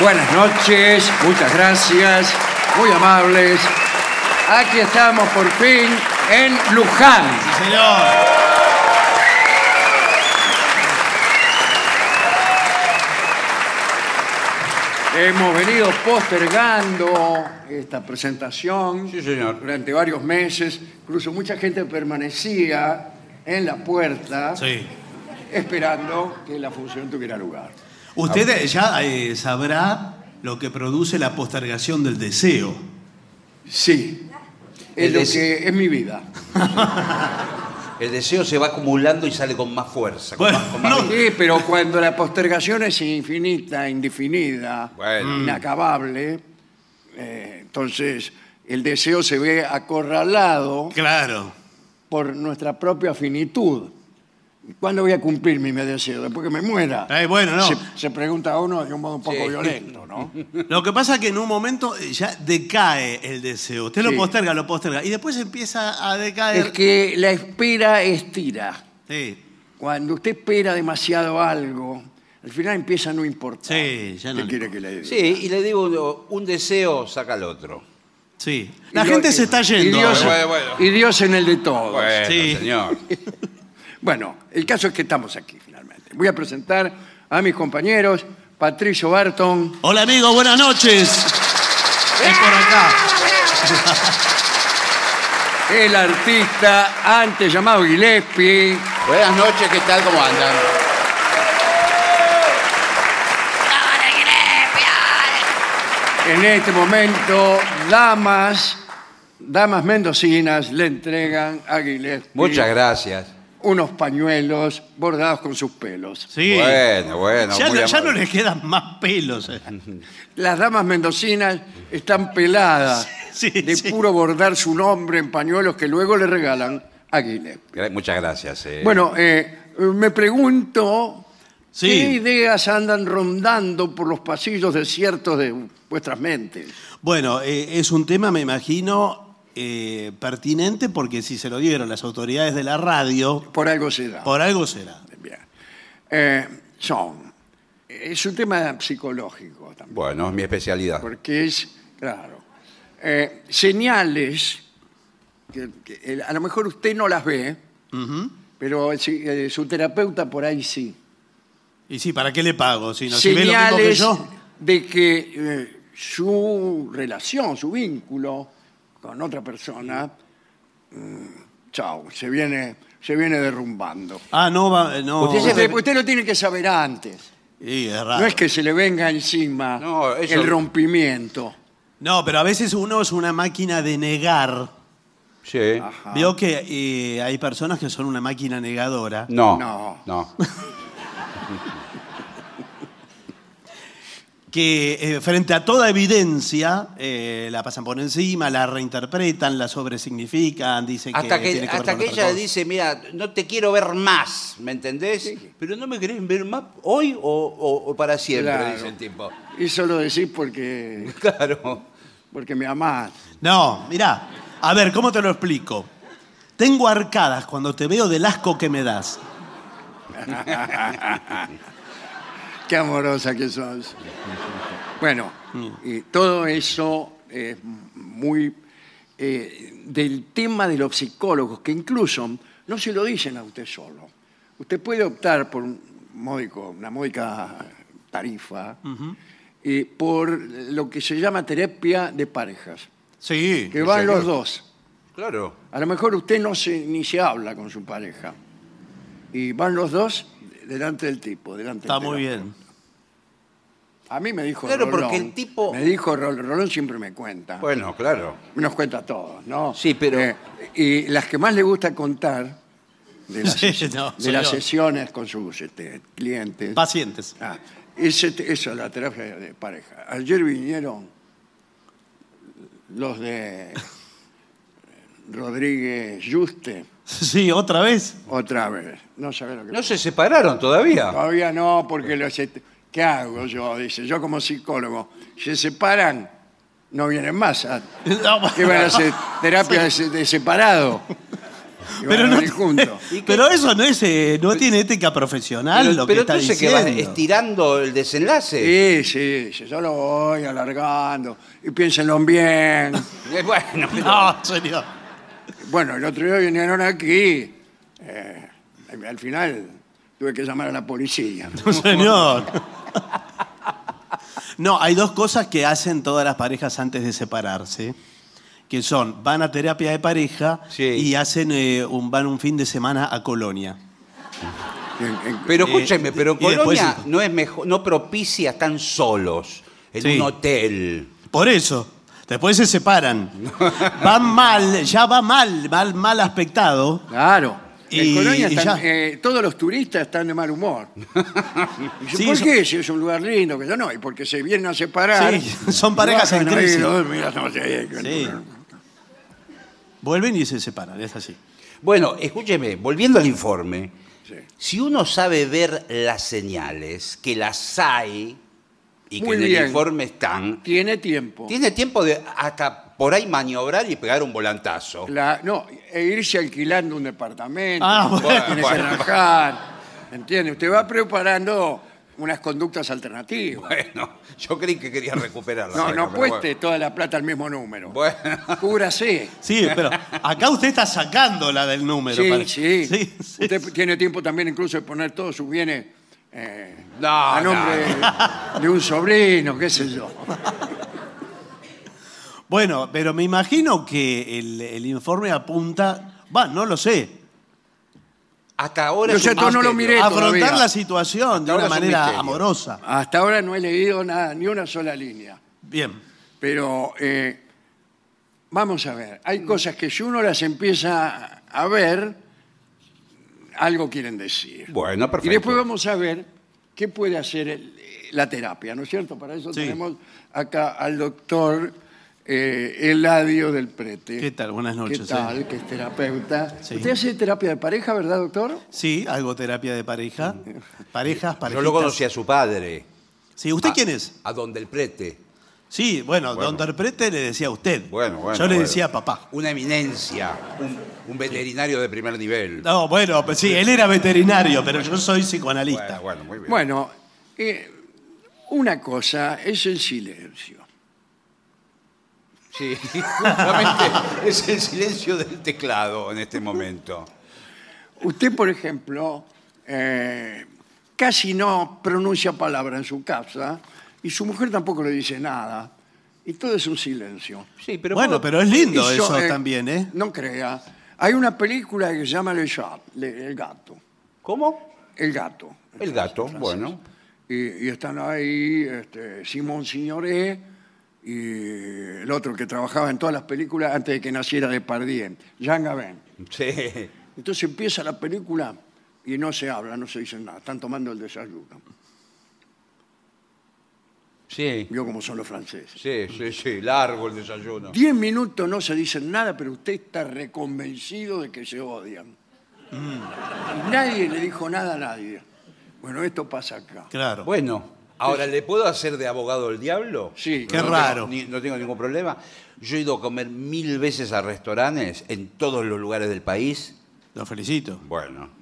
Buenas noches, muchas gracias, muy amables. Aquí estamos por fin en Luján. Señor. Hemos venido postergando esta presentación Sí, señor. durante varios meses. Incluso mucha gente permanecía en la puerta Sí. esperando que la función tuviera lugar. Usted eh, ya eh, sabrá lo que produce la postergación del deseo. Sí, es El lo des- que es mi vida. El deseo se va acumulando y sale con más fuerza. con Bueno, más- con más- no. Sí, pero cuando la postergación es infinita, indefinida, Mm. Bueno. inacabable, eh, entonces el deseo se ve acorralado Claro. por nuestra propia finitud. ¿Cuándo voy a cumplir mi deseo? Después que me muera. Eh, bueno, no. se, se pregunta a uno de un modo un poco Sí. violento, ¿no? Lo que pasa es que en un momento eh, ya decae el deseo. Usted Sí. lo posterga, lo posterga. Y después empieza a decaer. es que la espera estira. Sí. Cuando usted espera demasiado algo, al final empieza a no importar. Sí, ya no ¿Qué le quiere que le diga? Sí, y le digo, un deseo saca al otro. Sí. Y La Dios- gente se está yendo. ¿eh? Y Dios, ahora. Bueno, y bueno. Dios en el de todos. Bueno, Sí. señor. Bueno, el caso es que estamos aquí finalmente. Voy a presentar a mis compañeros Patricio Barton, Hola, amigo, buenas noches. Es por acá. el artista antes llamado Gillespie, Buenas noches, ¿qué tal? ¿Cómo andan? en este momento Damas, Damas Mendocinas le entregan a Gillespie Muchas gracias. unos pañuelos bordados con sus pelos. Sí. Bueno, bueno. ya muy no, ya no amable. les quedan más pelos. eh. Las Damas Mendocinas están peladas Sí, de sí. puro bordar su nombre en pañuelos que luego le regalan a Gillespie. Gra- Muchas gracias. eh. Bueno, eh, me pregunto Sí. qué ideas andan rondando por los pasillos desiertos de vuestras mentes. Bueno, eh, es un tema, me imagino, eh, pertinente porque si se lo dieron las autoridades de la radio, Por algo se da. por algo será. Bien. Eh, son. Es un tema psicológico también, Bueno, es mi especialidad. porque es, claro, eh, señales que, que, eh, a lo mejor usted no las ve, Ujú. pero el si- eh, su terapeuta por ahí sí. Y sí, ¿para qué le pago? Si no si ve lo mismo que señales yo. de que eh, su relación, su vínculo con otra persona, mm, chau, se viene, se viene derrumbando. Ah, no va. No. Usted se- Usted, usted lo tiene que saber antes. Sí, es raro. No es que se le venga encima No, eso- el rompimiento. No, pero a veces uno es una máquina de negar. Sí. Ajá. Veo que eh, hay personas que son una máquina negadora. No. No. No. que eh, frente a toda evidencia eh, la pasan por encima, la reinterpretan, la sobresignifican, dicen Hasta que, que, tiene que ver hasta con que otra ella cosa. dice, mira, no te quiero ver más, ¿me entendés? Pero no me querés ver más hoy o, o- o para siempre, Claro. dice el tipo. Eso lo decís porque, Claro. porque me amás. No, mirá, a ver, ¿cómo te lo explico? Tengo arcadas cuando te veo del asco que me das. Qué amorosa que sos. Bueno, y todo eso es muy eh, del tema de los psicólogos, que incluso no se lo dicen a usted solo. Usted puede optar por un módico, una módica tarifa y por lo que se llama terapia de parejas, Sí. que van los dos. Claro. A lo mejor usted no se, ni se habla con su pareja. Y van los dos delante del tipo, delante Está del muy terapeuta. bien. A mí me dijo Claro, Rolón. porque el tipo- Me dijo Rolón, Rolón siempre me cuenta. Bueno, claro. Nos cuenta a todos, ¿no? Sí, pero- Eh, y las que más le gusta contar de las, Sí, ses- no, de las señor. sesiones con sus este, clientes. Pacientes. Ah, ese te- eso, la terapia de pareja. Ayer vinieron los de Rodríguez Juste, Sí, otra vez. otra vez. No sabe lo que No se separaron todavía. Todavía no, porque los... est- ¿Qué hago yo? Dice, yo como psicólogo. Se separan, no vienen más. ah, No, ¿Qué van a hacer? Terapia de se- de separado. Y van Pero, a no, venir juntos. pero eso no es, eh, no tiene ética profesional Pero, lo que pero está tú sé que vas diciendo. estirando el desenlace. Sí, sí, sí, yo lo voy alargando. Y piénsenlo bien. Eh, Bueno, pero- no, señor. Bueno, el otro día vinieron aquí. eh, al final tuve que llamar a la policía. No, señor. No, hay dos cosas que hacen todas las parejas antes de separarse, que son van a terapia de pareja Sí. y hacen eh, un van un fin de semana a Colonia. En- en- Pero escúcheme, Eh, pero y después- Colonia no es mejor, no propicia tan solos en Sí. un hotel. Por eso. Después se separan. Van mal, ya va mal, mal, mal aspectado. Claro. Y- en Colonia y están, ya. eh, todos los turistas están de mal humor. Y dice, Sí, ¿Por son- qué? Si es un lugar lindo, que yo no, y porque se vienen a separar. Sí, son parejas Bajan en ahí, crisis. los- mira, no sé, que- Sí. Vuelven y se separan, es así. Bueno, escúcheme, volviendo al informe, Sí. si uno sabe ver las señales, que las hay y Muy que en bien. el informe están, Tiene tiempo. tiene tiempo de hasta por ahí maniobrar y pegar un volantazo. La- no, e irse alquilando un departamento. Ah, bueno. Tiene que Bueno. rajar. ¿Entiende? Usted va preparando unas conductas alternativas. Bueno, yo creí que quería recuperarla. No, no pero cueste toda la plata al mismo número. Bueno. Cúbrase. Sí, pero acá usted está sacándola del número. Sí, parece. sí. Sí, sí. Usted tiene tiempo también incluso de poner todos sus bienes eh, No, Ah, a no, nombre de- de un sobrino, qué sé yo. Bueno, pero me imagino que el, el informe apunta, va, no lo sé, Hasta ahora No es sé, un tú no lo misterio. miré. Eh, todavía. afrontar la situación de una ahora es un manera misterio. amorosa. Hasta ahora no he leído nada, ni una sola línea. Bien. Pero eh, vamos a ver, hay cosas que si uno las empieza a ver, algo quieren decir. Bueno, perfecto. Y después vamos a ver qué puede hacer el- la terapia, ¿no es cierto? Para eso Sí. tenemos acá al doctor eh, Eladio del Prete. ¿Qué tal? Buenas noches, eh. ¿Qué tal? Que es terapeuta. Sí. ¿Usted hace terapia de pareja, verdad, doctor? Sí, hago terapia de pareja. Parejas, parejas. Yo lo conocí a Ah. su padre. Sí, ¿usted A- quién es? A donde el prete. Sí, bueno, don Derprete le decía a usted. Bueno, bueno, Yo le bueno. decía papá. Una eminencia, un, un veterinario de primer nivel. No, bueno, pues sí, él era veterinario, pero yo soy psicoanalista. Bueno, bueno, muy bien. Bueno, eh, una cosa es el silencio. Sí, justamente es el silencio del teclado en este momento. Usted, por ejemplo, eh, casi no pronuncia palabra en su casa y su mujer tampoco le dice nada. Y todo es un silencio. Sí, pero Bueno, pero es lindo Y yo, eso eh, también, ¿eh? No crea. Hay una película que se llama Le Chat, Le- El Gato. ¿Cómo? El Gato. El gato, bueno. Y, y están ahí este, Simón Signoret y el otro que trabajaba en todas las películas antes de que naciera Depardieu, Jean Gabin. Sí. Entonces empieza la película y no se habla, no se dice nada. Están tomando el desayuno. Sí. Vio cómo son los franceses. Sí, sí, sí, largo el desayuno. Diez minutos no se dicen nada, pero usted está reconvencido de que se odian. Mm. Y nadie le dijo nada a nadie. Bueno, esto pasa acá. Claro. Bueno, ahora, ¿le puedo hacer de abogado del diablo? Sí. Qué No tengo- raro. ni- no tengo ningún problema. Yo he ido a comer mil veces a restaurantes en todos los lugares del país. Lo felicito. Bueno.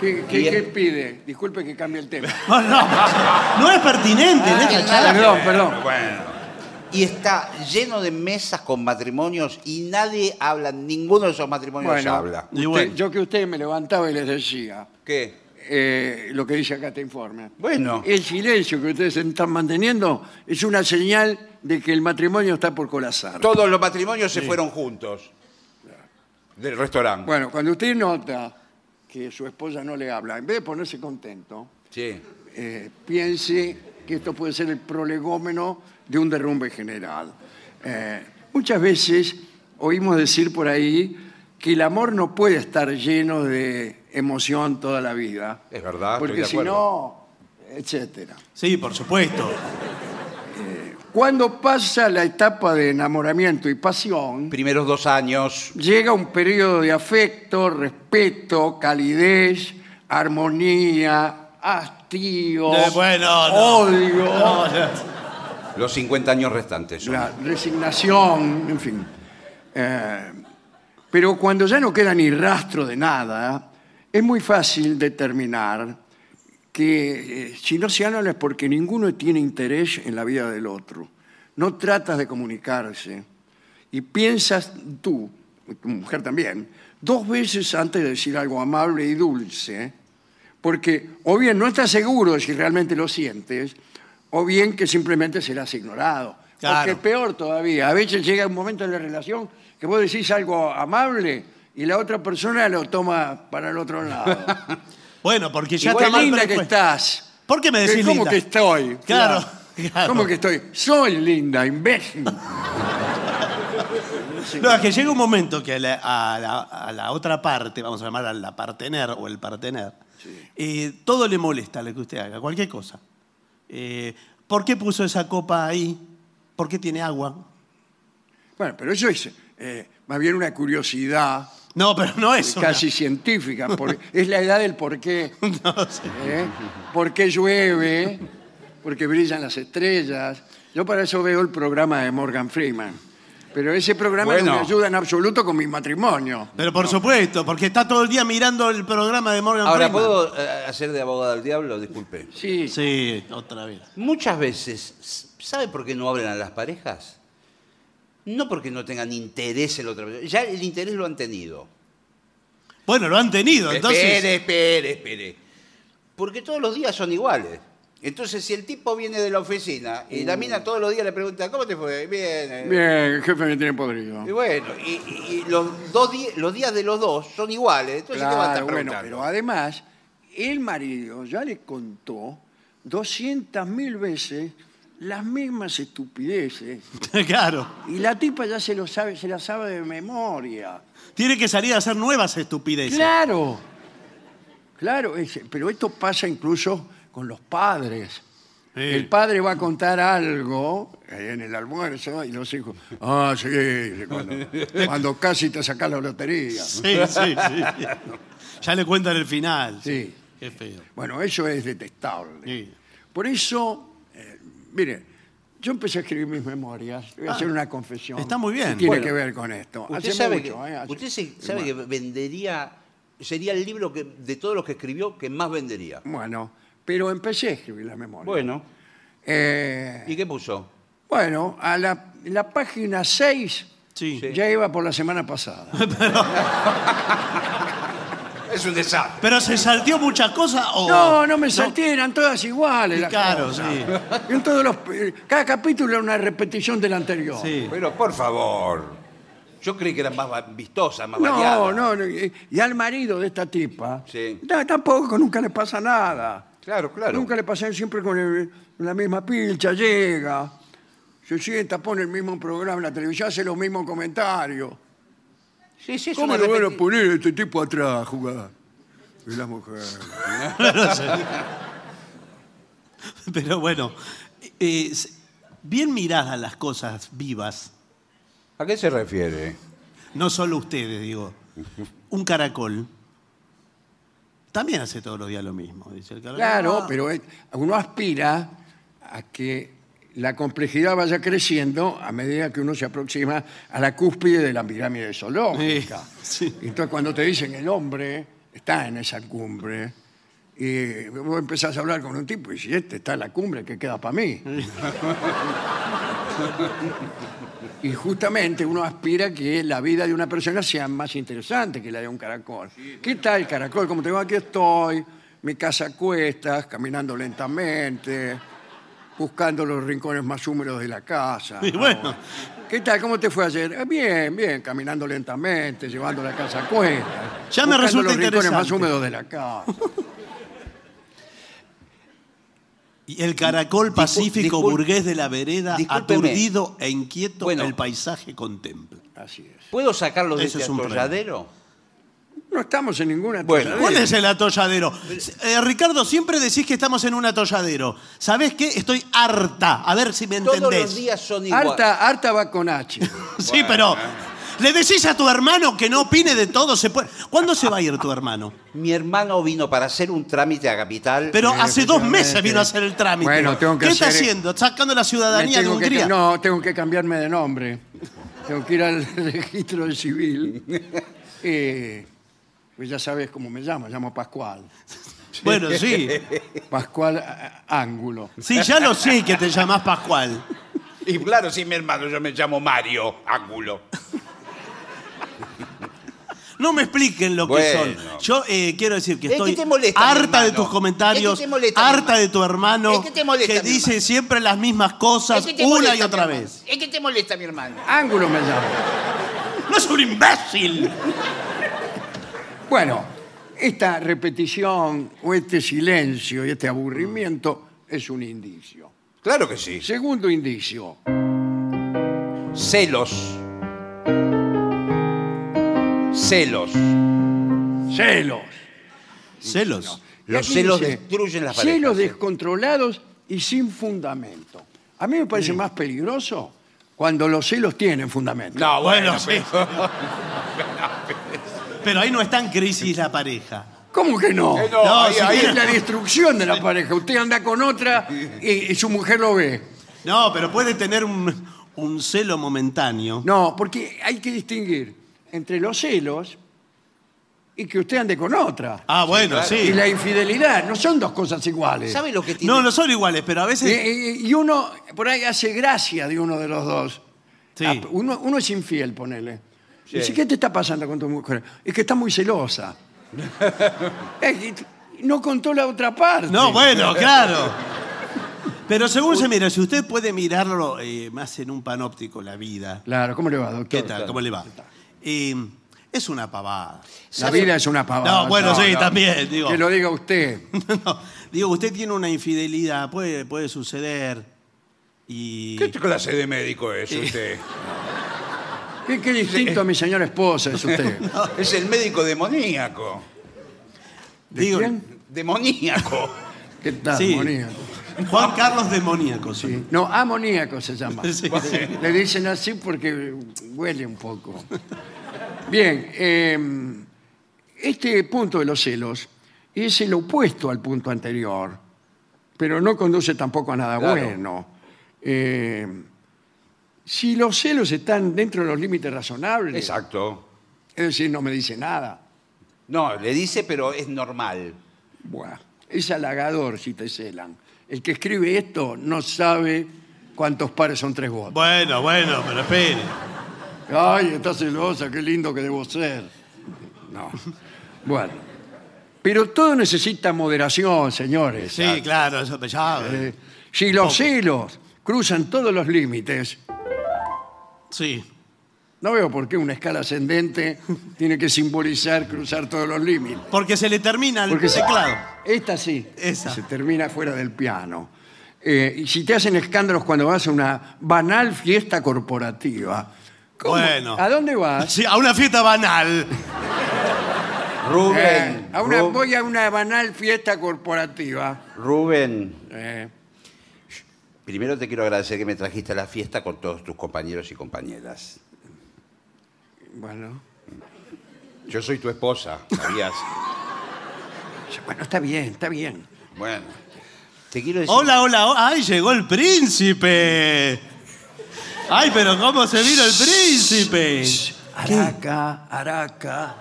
¿Qué, qué- Y- qué pide? Disculpe que cambie el tema. No, no, no es pertinente. Ah, deja charlar. Perdón, perdón. Y está lleno de mesas con matrimonios y nadie habla, ninguno de esos matrimonios habla. Y usted- bueno. yo que usted me levantaba y les decía ¿Qué? eh, lo que dice acá este informe. Bueno. El silencio que ustedes están manteniendo es una señal de que el matrimonio está por colapsar. Todos los matrimonios se fueron juntos del restaurante. Bueno, cuando usted nota que su esposa no le habla, en vez de ponerse contento, Sí. eh, piense que esto puede ser el prolegómeno de un derrumbe general. Eh, muchas veces oímos decir por ahí que el amor no puede estar lleno de emoción toda la vida. Es verdad, estoy Porque de si acuerdo. no, etcétera. Sí, por supuesto. Cuando pasa la etapa de enamoramiento y pasión, Primeros dos años. llega un periodo de afecto, respeto, calidez, armonía, hastío, Eh, bueno, no. odio, No, no. Los 50 años restantes. son. la resignación, en fin. Eh, pero cuando ya no queda ni rastro de nada, es muy fácil determinar que eh, si no se hablan es porque ninguno tiene interés en la vida del otro. No tratas de comunicarse y piensas tú, y tu mujer también, dos veces antes de decir algo amable y dulce, porque o bien no estás seguro de si realmente lo sientes, o bien que simplemente serás ignorado. Claro. Porque peor todavía, a veces llega un momento en la relación que vos decís algo amable y la otra persona lo toma para el otro lado. Bueno, porque ya Igual está mal linda que predispuesto. estás. ¿Por qué me decís ¿Cómo linda? que estoy? Claro, claro. ¿Cómo que estoy? Soy linda, imbécil. No, es que llega un momento que a la, a la- a la otra parte, vamos a llamar a la partener o el partener, eh, todo le molesta lo que usted haga, cualquier cosa. Eh, ¿Por qué puso esa copa ahí? ¿Por qué tiene agua? Bueno, pero eso es eh, más bien una curiosidad No, pero no es una- casi científica. por- es la edad del por qué. No, sí. ¿eh? ¿Por qué llueve? ¿Por qué brillan las estrellas? Yo para eso veo el programa de Morgan Freeman. Pero ese programa Bueno. no me ayuda en absoluto con mi matrimonio. Pero por supuesto, porque está todo el día mirando el programa de Morgan Ahora, Freeman. ¿puedo eh, hacer de abogado al diablo? Disculpe. Sí, Sí, otra vez. Muchas veces, s- ¿sabe por qué no hablan a las parejas? No porque no tengan interés en la otra persona. Ya el interés lo han tenido. Bueno, lo han tenido, entonces... Espere, espere, espere. Porque todos los días son iguales. Entonces, si el tipo viene de la oficina y la mina todos los días le pregunta, ¿cómo te fue? Bien. eh". bien, el jefe me tiene podrido. Y bueno, y, y- y los, dos di- los días de los dos son iguales. Entonces, ¿qué va a Claro, estar bueno, preguntando? pero además, el marido ya le contó 200.000 veces las mismas estupideces claro. y la tipa ya se lo sabe, se la sabe de memoria. Tiene que salir a hacer nuevas estupideces. Claro. Claro, es- pero esto pasa incluso con los padres. Sí. El padre va a contar algo eh, en el almuerzo y los hijos, ah, sí, sí, cuando, cuando casi te sacas la lotería. Sí, sí, sí. Ya le cuentan el final. Sí. Qué feo. Bueno, eso es detestable. Sí. Por eso, eh, mire, yo empecé a escribir mis memorias. Voy a hacer una confesión. está muy bien. que Tiene Bueno. que ver con esto. Usted Hace sabe, mucho, que, eh, hace- usted se- sabe que vendería, sería el libro que, de todos los que escribió que más vendería. Bueno, pero empecé a escribir las memorias. Bueno, Eh, ¿y qué puso? bueno, a la, la página 6 Sí. Sí. ya iba por la semana pasada. Es un desastre. Pero se salteó muchas cosas o. No, no me salté, eran todas iguales. las Claro, cosas. sí. En todos los- eh, cada capítulo era una repetición del anterior. Sí. Pero por favor. Yo creí que eran más va- vistosas, más No, variadas. no, no, y y al marido de esta tipa, Sí. ta- tampoco nunca le pasa nada. Claro, claro. Nunca le pasan siempre con el- la misma pilcha, llega, se sienta, pone el mismo programa en la televisión, hace los mismos comentarios. Sí, sí, es ¿Cómo una lo van a repeti- poner a este tipo atrás a jugar? Y la mujer. Pero bueno, eh, s- bien miradas las cosas vivas, ¿A qué se refiere? no solo ustedes, digo. Un caracol también hace todos los días lo mismo. Dice el caracol. Claro, "Ah, pero es- uno aspira a que la complejidad vaya creciendo a medida que uno se aproxima a la cúspide de la pirámide zoológica. Sí, sí. Entonces, cuando te dicen el hombre está en esa cumbre, y vos empezás a hablar con un tipo y si este está en la cumbre, ¿qué queda para mí? y justamente uno aspira que la vida de una persona sea más interesante que la de un caracol. ¿Qué tal el caracol? Como te digo, aquí estoy, mi casa a cuestas, caminando lentamente, buscando los rincones más húmedos de la casa. Y bueno. ¿Qué tal? ¿Cómo te fue ayer? "Ah, Bien, bien, caminando lentamente, llevando la casa a cuestas. Ya me buscando resulta los rincones más interesante. húmedos de la casa. Y el caracol pacífico discul- burgués de la vereda, discúlpeme. aturdido e inquieto, Bueno. el paisaje contempla. Así es. ¿Puedo sacarlo de Eso este es un problema. atolladero? No estamos en ninguna. Bueno, tontería. ¿Cuál es el atolladero? Eh, Ricardo, siempre decís que estamos en un atolladero. ¿Sabés qué? Estoy harta. A ver si me Todos entendés. los días son iguales. Harta, harta va con H. Sí, pero ¿eh? le decís a tu hermano que no opine de todo. Se puede... ¿Cuándo se va a ir tu hermano? Mi hermano vino para hacer un trámite a Capital. Pero Sí, hace dos meses efectivamente. vino a hacer el trámite. Bueno, tengo que ¿Qué está hacer- haciendo? ¿Sacando la Me ciudadanía de tengo que Hungría? ca- no, tengo que cambiarme de nombre. Tengo que ir al registro civil. Eh, pues ya sabes cómo me llamo, llamo Pascual. Bueno, sí. Pascual ah, Ángulo. Sí, ya lo sé que te llamás Pascual. Y claro, sí, mi hermano, yo me llamo Mario Ángulo. No me expliquen lo que Bueno. son. Yo eh, quiero decir que ¿Es que estoy te molesta, mi harta de hermano? tus comentarios, ¿Es que te molesta, mi harta hermano? de tu hermano ¿Es que te molesta, mi dice hermano? siempre las mismas cosas Es que te una molesta, y mi otra hermano. vez. Es que te molesta mi hermano. Ángulo me llamo. No es un imbécil. Bueno, esta repetición o este silencio y este aburrimiento es un indicio. Claro que sí. Segundo indicio. Celos. Celos. Celos. Celos. Los Aquí celos dice, destruyen las parejas. Celos descontrolados y sin fundamento. A mí me parece más peligroso cuando los celos tienen fundamento. No, bueno, Bueno, sí. Pero ahí no está en crisis la pareja. ¿Cómo que no? Eh, no, No, ahí- si ahí- Ahí es la destrucción de la pareja. Usted anda con otra y, y su mujer lo ve. No, pero puede tener un, un celo momentáneo. No, porque hay que distinguir entre los celos y que usted ande con otra. Ah, bueno, sí. Y la infidelidad. No son dos cosas iguales. ¿Sabe lo que tiene? No, no son iguales, pero a Y, veces... y- y uno, por ahí hace gracia de uno de los dos. Sí. Ah, Uno, uno es infiel, ponele. Dice, ¿qué te está pasando con tu mujer? Es que está muy celosa. Es que no contó la otra parte. No, bueno, claro. Pero según se mira, si usted puede mirarlo eh, más en un panóptico la vida, Claro, ¿cómo le va, doctor? ¿qué tal? ¿Cómo le va? Eh, es una pavada. La vida es una pavada. No, bueno, sí, Ah, no. también, digo. Que lo diga usted. No, digo, usted tiene una infidelidad, puede, puede suceder. Y. ¿Qué clase de médico es usted? Qué, qué distinto a mi señora esposa es usted. Es el médico demoníaco. digo, ¿Quién? Demoníaco. ¿Qué tal, Sí. amoníaco? Juan Carlos Demoníaco, sí. Sí. No, amoníaco se llama. Sí, sí. Le dicen así porque huele un poco. Bien, eh, este punto de los celos es el opuesto al punto anterior, pero no conduce tampoco a nada Claro. bueno. Eh, si los celos están dentro de los límites razonables, Exacto. es decir, no me dice nada, No, le dice, pero es normal. Buah, es halagador si te celan. El que escribe esto no sabe cuántos pares son tres votos. Bueno, bueno, pero espere. Ay, está celosa, qué lindo que debo ser. No. Bueno. Pero todo necesita moderación, señores. Sí, claro, eso me Eh, sabe. si los celos cruzan todos los límites, Sí. no veo por qué una escala ascendente tiene que simbolizar cruzar todos los límites. Porque se le termina el Porque se- teclado. Esta sí. Esa. Se termina fuera del piano. Eh, y si te hacen escándalos cuando vas a una banal fiesta corporativa. ¿cómo? Bueno. ¿A dónde vas? Sí, a una fiesta banal. Rubén. Eh, a una- Ru- voy a una banal fiesta corporativa. Rubén, Eh, primero te quiero agradecer que me trajiste a la fiesta con todos tus compañeros y compañeras. bueno. Yo soy tu esposa, ¿sabías? Bueno, está bien, está bien. bueno. Te quiero decir. Hola, hola, hola. ¡Ay, llegó el príncipe! ¡Ay, pero cómo se vino el príncipe! Araca, Araca,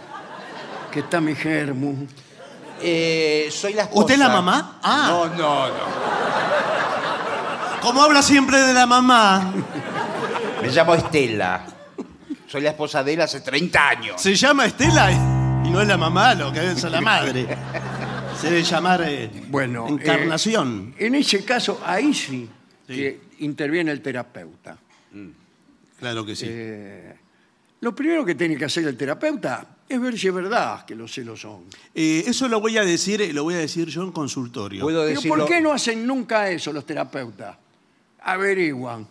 que está mi germu. eh, soy la esposa. ¿Usted es la mamá? Ah, No, no, no. como habla siempre de la mamá. Me llamo Estela. Soy la esposa de él hace 30 años. Se llama Estela y no es la mamá, lo que es la madre. Se debe llamar eh, Bueno. encarnación. eh, en ese caso, ahí sí, Sí. que interviene el terapeuta. claro que sí. Lo primero que tiene que hacer el terapeuta es ver si es verdad que los celos son. Eh, eso lo voy a decir, eh, lo voy a decir yo en consultorio. Puedo Digo, decirlo. ¿Por qué no hacen nunca eso los terapeutas? Averiguan.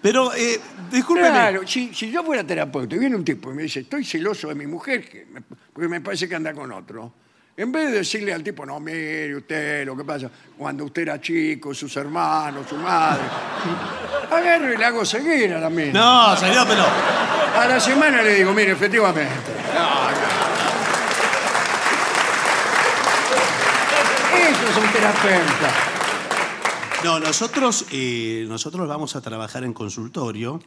Pero, eh, discúlpeme. Claro, si, si yo fuera terapeuta y viene un tipo y me dice, estoy celoso de mi mujer que me- porque me parece que anda con otro, en vez de decirle al tipo, no, mire usted, lo que pasa, cuando usted era chico, sus hermanos, su madre, agarro y le hago seguir a la mina. No, señor, pero. A la semana le digo, mire, efectivamente. Eso es un terapeuta. No, nosotros, eh, nosotros vamos a trabajar en consultorio.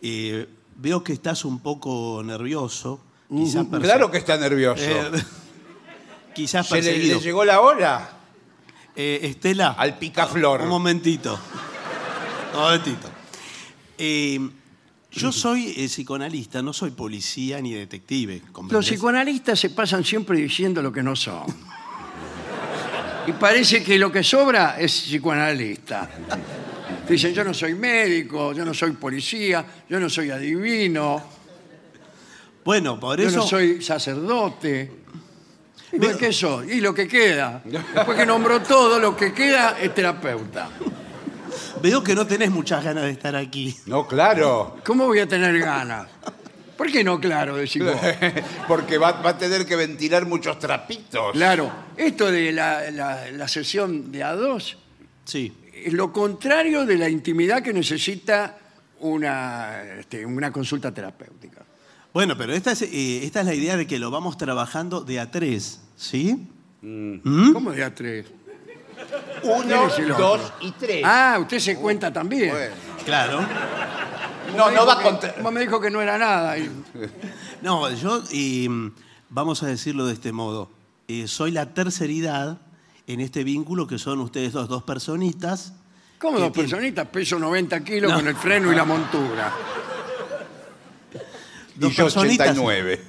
Eh, veo que estás un poco nervioso. Quizás perse- Claro que está nervioso. eh, quizás ¿Se le, perseguido. le llegó la hora? Eh, Estela. Al picaflor. Un momentito. Un momentito. Eh, yo soy eh, psicoanalista, no soy policía ni detective. Los ¿comprendés? psicoanalistas se pasan siempre diciendo lo que no son. Y parece que lo que sobra es psicoanalista. Dicen, yo no soy médico, yo no soy policía, yo no soy adivino, Bueno, por yo eso. no soy sacerdote. ¿Y Ve- qué soy? Y lo que queda. Después que nombró todo, lo que queda es terapeuta. Veo que no tenés muchas ganas de estar aquí. No, claro. ¿Cómo voy a tener ganas? ¿Por qué no, claro, decís vos? Porque va, va a tener que ventilar muchos trapitos. Claro, esto de la, la- la sesión de a dos Sí. es Eh, lo contrario de la intimidad que necesita una, este, una consulta terapéutica. Bueno, pero esta es, eh, esta es la idea de que lo vamos trabajando de a tres, ¿sí? ¿Mm? ¿Cómo de a tres? ¿Quién Uno, es el otro? dos y tres. Ah, usted se cuenta también. Bueno. Claro. No, no va a contar. contar. me dijo que no era nada. y- No, yo, eh, vamos a decirlo de este modo, Eh, soy la terceridad en este vínculo que son ustedes dos, dos personitas. ¿Cómo que dos tienen- personitas? Peso 90 kilos No. con el freno y la montura. Y Dos yo personitas. 89.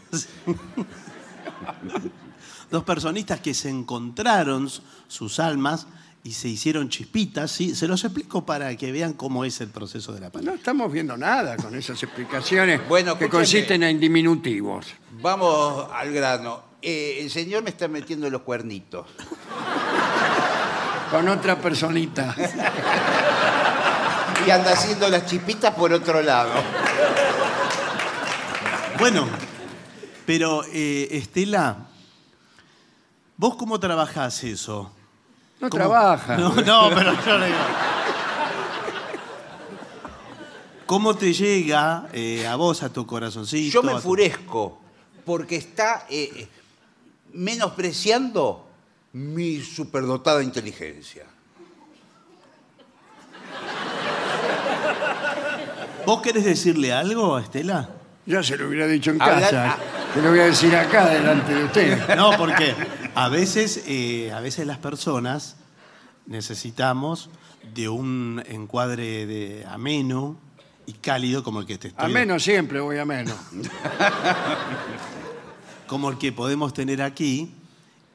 Dos personitas que se encontraron s- sus almas y se hicieron chispitas, ¿sí? Se los explico para que vean cómo es el proceso de la No pareja. estamos viendo nada con esas explicaciones Bueno, que escúcheme. consisten en diminutivos. Vamos al grano. Eh, el señor me está metiendo los cuernitos. Con otra personita. Y anda haciendo las chispitas por otro lado. Bueno, pero eh, Estela, ¿vos cómo trabajás eso? No ¿Cómo? trabaja. No, no, pero yo le digo. ¿Cómo te llega eh, a vos, a tu corazoncito? Yo me a tu- enfurezco porque está eh, eh, menospreciando mi superdotada inteligencia. ¿Vos querés decirle algo a Estela? Ya se lo hubiera dicho en Hablar- casa. Ah. Se lo voy a decir acá delante de usted. No, porque a veces, eh, a veces las personas necesitamos de un encuadre de ameno y cálido como el que te estoy, A menos siempre voy a menos. como el que podemos tener aquí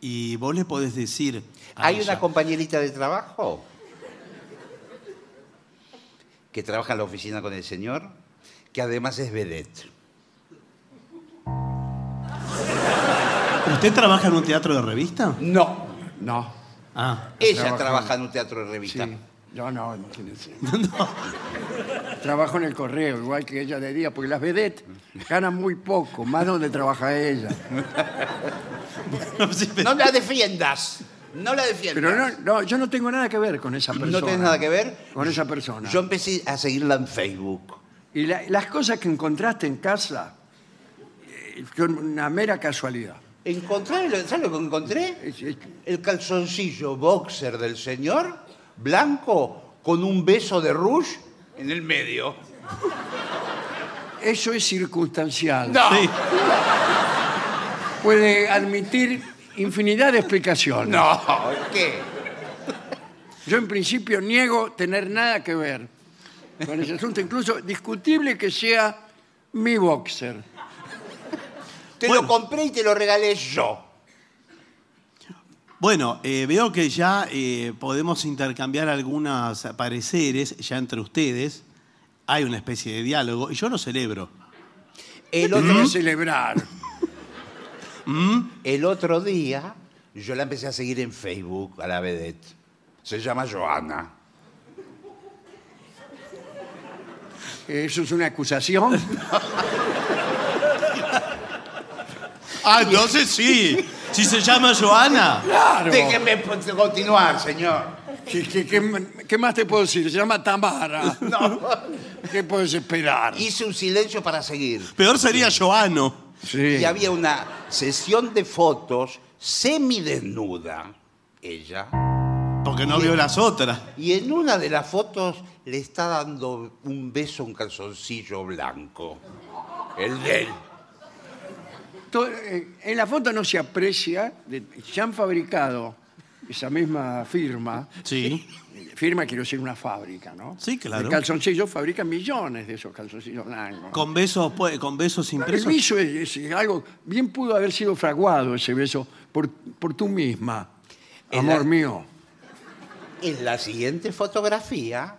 y vos le podés decir Ah, a Hay ella, una compañerita de trabajo que trabaja en la oficina con el señor, que además es vedette. ¿Usted trabaja en un teatro de revista? No, No. Ah. ella Trabaja- trabaja, en un teatro de Sí. revista. Yo no, imagínense. Trabajo en el correo, igual que ella de día, porque las vedettes ganan muy poco, más donde trabaja ella. Sí, pero- No la defiendas, no la defiendas. Pero no, no, yo no tengo nada que ver con esa persona. ¿No tenés nada que ver? Con esa persona. Yo empecé a seguirla en Facebook. Y la- las cosas que encontraste en casa eh, son una mera casualidad. Encontré, lo- ¿sabes lo que encontré? Es- es- El calzoncillo boxer del señor, blanco, con un beso de rouge en el medio. Eso es circunstancial. Sí. Puede admitir infinidad de explicaciones. No. ¿Qué? Yo en principio niego tener nada que ver con ese asunto, incluso discutible que sea mi boxer. Te Bueno. lo compré y te lo regalé yo. Bueno, eh, veo que ya eh, podemos intercambiar algunos pareceres ya entre ustedes. Hay una especie de diálogo y yo lo celebro. El Lo otro, tengo que celebrar. el otro día yo la empecé a seguir en Facebook a la vedette. Se llama Joana. ¿Eso es una acusación? Ah, entonces sí. Si se llama Joana. Claro. Déjeme po- continuar, señor. ¿Qué, qué- qué- qué más te puedo decir? Se llama Tamara. No. ¿Qué puedes esperar? Hice un silencio para seguir. Peor sería Joano. Sí. Y había una sesión de fotos semidesnuda, ella, Porque no vio las otras. y en una de las fotos le está dando un beso a un calzoncillo blanco. El de él. To- eh, En la foto no se aprecia, de- ya han fabricado esa misma firma, Sí. firma quiero decir una fábrica, ¿no? Sí, claro. De calzoncillos fabrican millones de esos calzoncillos blancos. Con besos, pues, con besos El impresos. beso es, es algo, bien pudo haber sido fraguado ese beso por, por tú misma, El- amor mío. En la siguiente fotografía,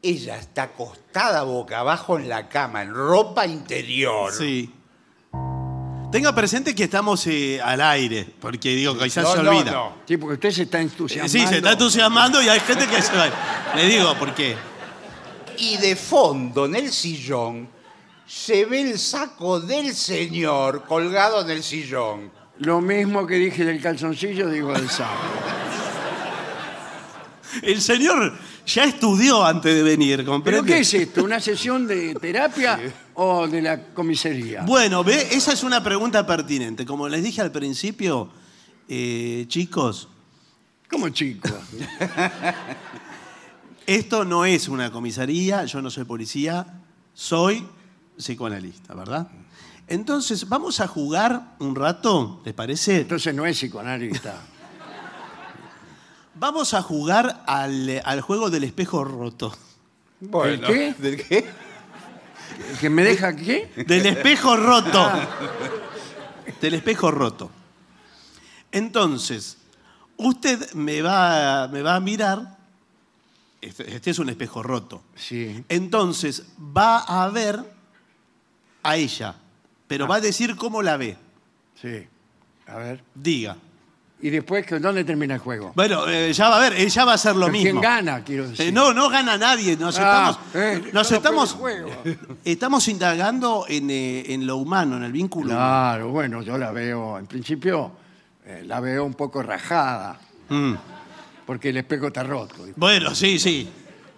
ella está acostada boca abajo en la cama, en ropa interior. Sí. Tenga presente que estamos eh, al aire, porque digo, quizás No, se no, olvida. no. Sí, porque usted se está Eh, entusiasmando. Sí, se está entusiasmando y hay gente que se va. Le digo, ¿por qué? Y de fondo, en el sillón, se ve el saco del señor colgado en el sillón. Lo mismo que dije del calzoncillo, digo del saco. El señor ya estudió antes de venir, ¿Pero ¿comprende? qué es esto? ¿Una sesión de terapia o de la comisaría? Bueno, ve, esa es una pregunta pertinente. Como les dije al principio, eh, chicos, ¿Cómo chico? esto no es una comisaría, yo no soy policía, soy psicoanalista, ¿verdad? Entonces, vamos a jugar un rato, ¿les parece? Entonces no es psicoanalista. Vamos a jugar al, eh, al juego del espejo roto. Bueno. qué? ¿Del qué? ¿Que me deja qué? Del espejo roto. Del espejo roto. Entonces, usted me va, me va a mirar. Este, este es un espejo roto. Sí. Entonces, va a ver a ella, pero va a decir cómo la ve. Sí. A ver. Diga. ¿Y después que- dónde termina el juego? Bueno, eh, ya va a ver, ella va a hacer lo Pero ¿Quién mismo. gana, quiero decir? Eh, no, no gana nadie. Nos Ah, estamos, eh, no nos lo estamos, puede juego. estamos indagando en, eh, en lo humano, en el vínculo. humano. Claro, bueno, yo la veo, en principio, eh, la veo un poco rajada, Mm. porque el espejo está roto. Bueno, sí, sí.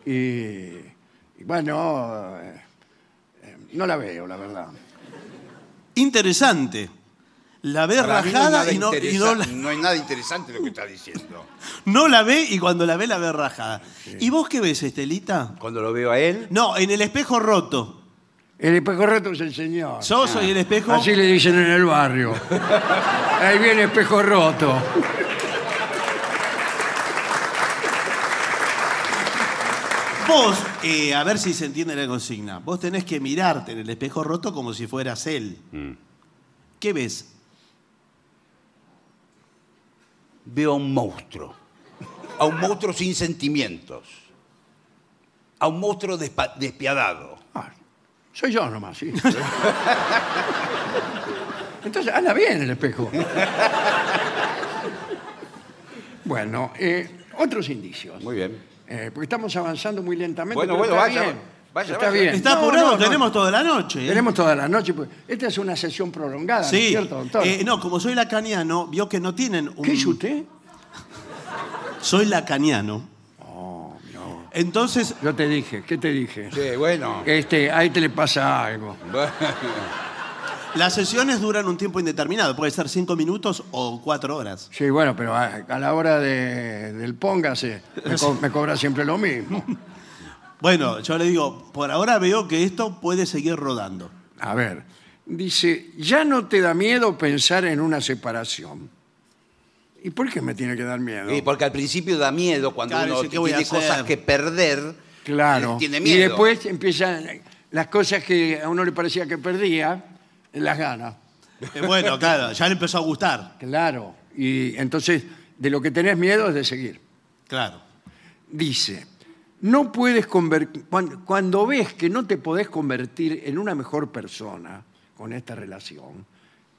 Y, y bueno, eh, eh, no la veo, la verdad. Interesante. La ve Para mí no hay rajada nada y, no, y interesa- no la, no hay nada interesante lo que está diciendo. no la ve y cuando la ve la ve rajada. ¿Y vos qué ves, Estelita? Cuando lo veo a él, No, en el espejo roto. El espejo roto es el señor. Yo soy el espejo. Así le dicen en el barrio. Ahí viene espejo roto. Vos, eh, a ver si se entiende la consigna. Vos tenés que mirarte en el espejo roto como si fueras él. ¿Qué ves? veo a un monstruo. A un monstruo sin sentimientos. A un monstruo despa- despiadado. Ah, soy yo nomás, sí. Entonces, anda bien el espejo. Bueno, eh, otros indicios. Muy bien. Eh, porque estamos avanzando muy lentamente. Bueno, pero bueno, está vaya, bien. vaya, está vaya. bien. Está Eh, No, apurado, no, no. tenemos toda la noche. ¿eh? Tenemos toda la noche. pues. Esta es una sesión prolongada, ¿no es Sí. ¿cierto, doctor? Eh, no, como soy lacaniano, vio que no tienen un. ¿Qué es usted? Soy lacaniano. Oh, Entonces, Yo te dije, ¿qué te dije? Sí, bueno. Este, ahí te le pasa algo. las sesiones duran un tiempo indeterminado. Puede ser cinco minutos o cuatro horas. Sí, bueno, pero a, a la hora de- del póngase, me, co- me cobra siempre lo mismo. Bueno, yo le digo, por ahora veo que esto puede seguir rodando. A ver, dice, ya no te da miedo pensar en una separación. ¿Y por qué me tiene que dar miedo? Sí, porque al principio da miedo cuando Claro, uno dice, ¿qué voy a tiene hacer? cosas que perder. eh, Claro. Tiene Y miedo. después empiezan las cosas que a uno le parecía que perdía, las ganas. Eh, bueno, claro, ya le empezó a gustar. Claro. Y entonces, de lo que tenés miedo es de seguir. Claro. Dice, no puedes convertir, cuando, ves que no te podés convertir en una mejor persona con esta relación,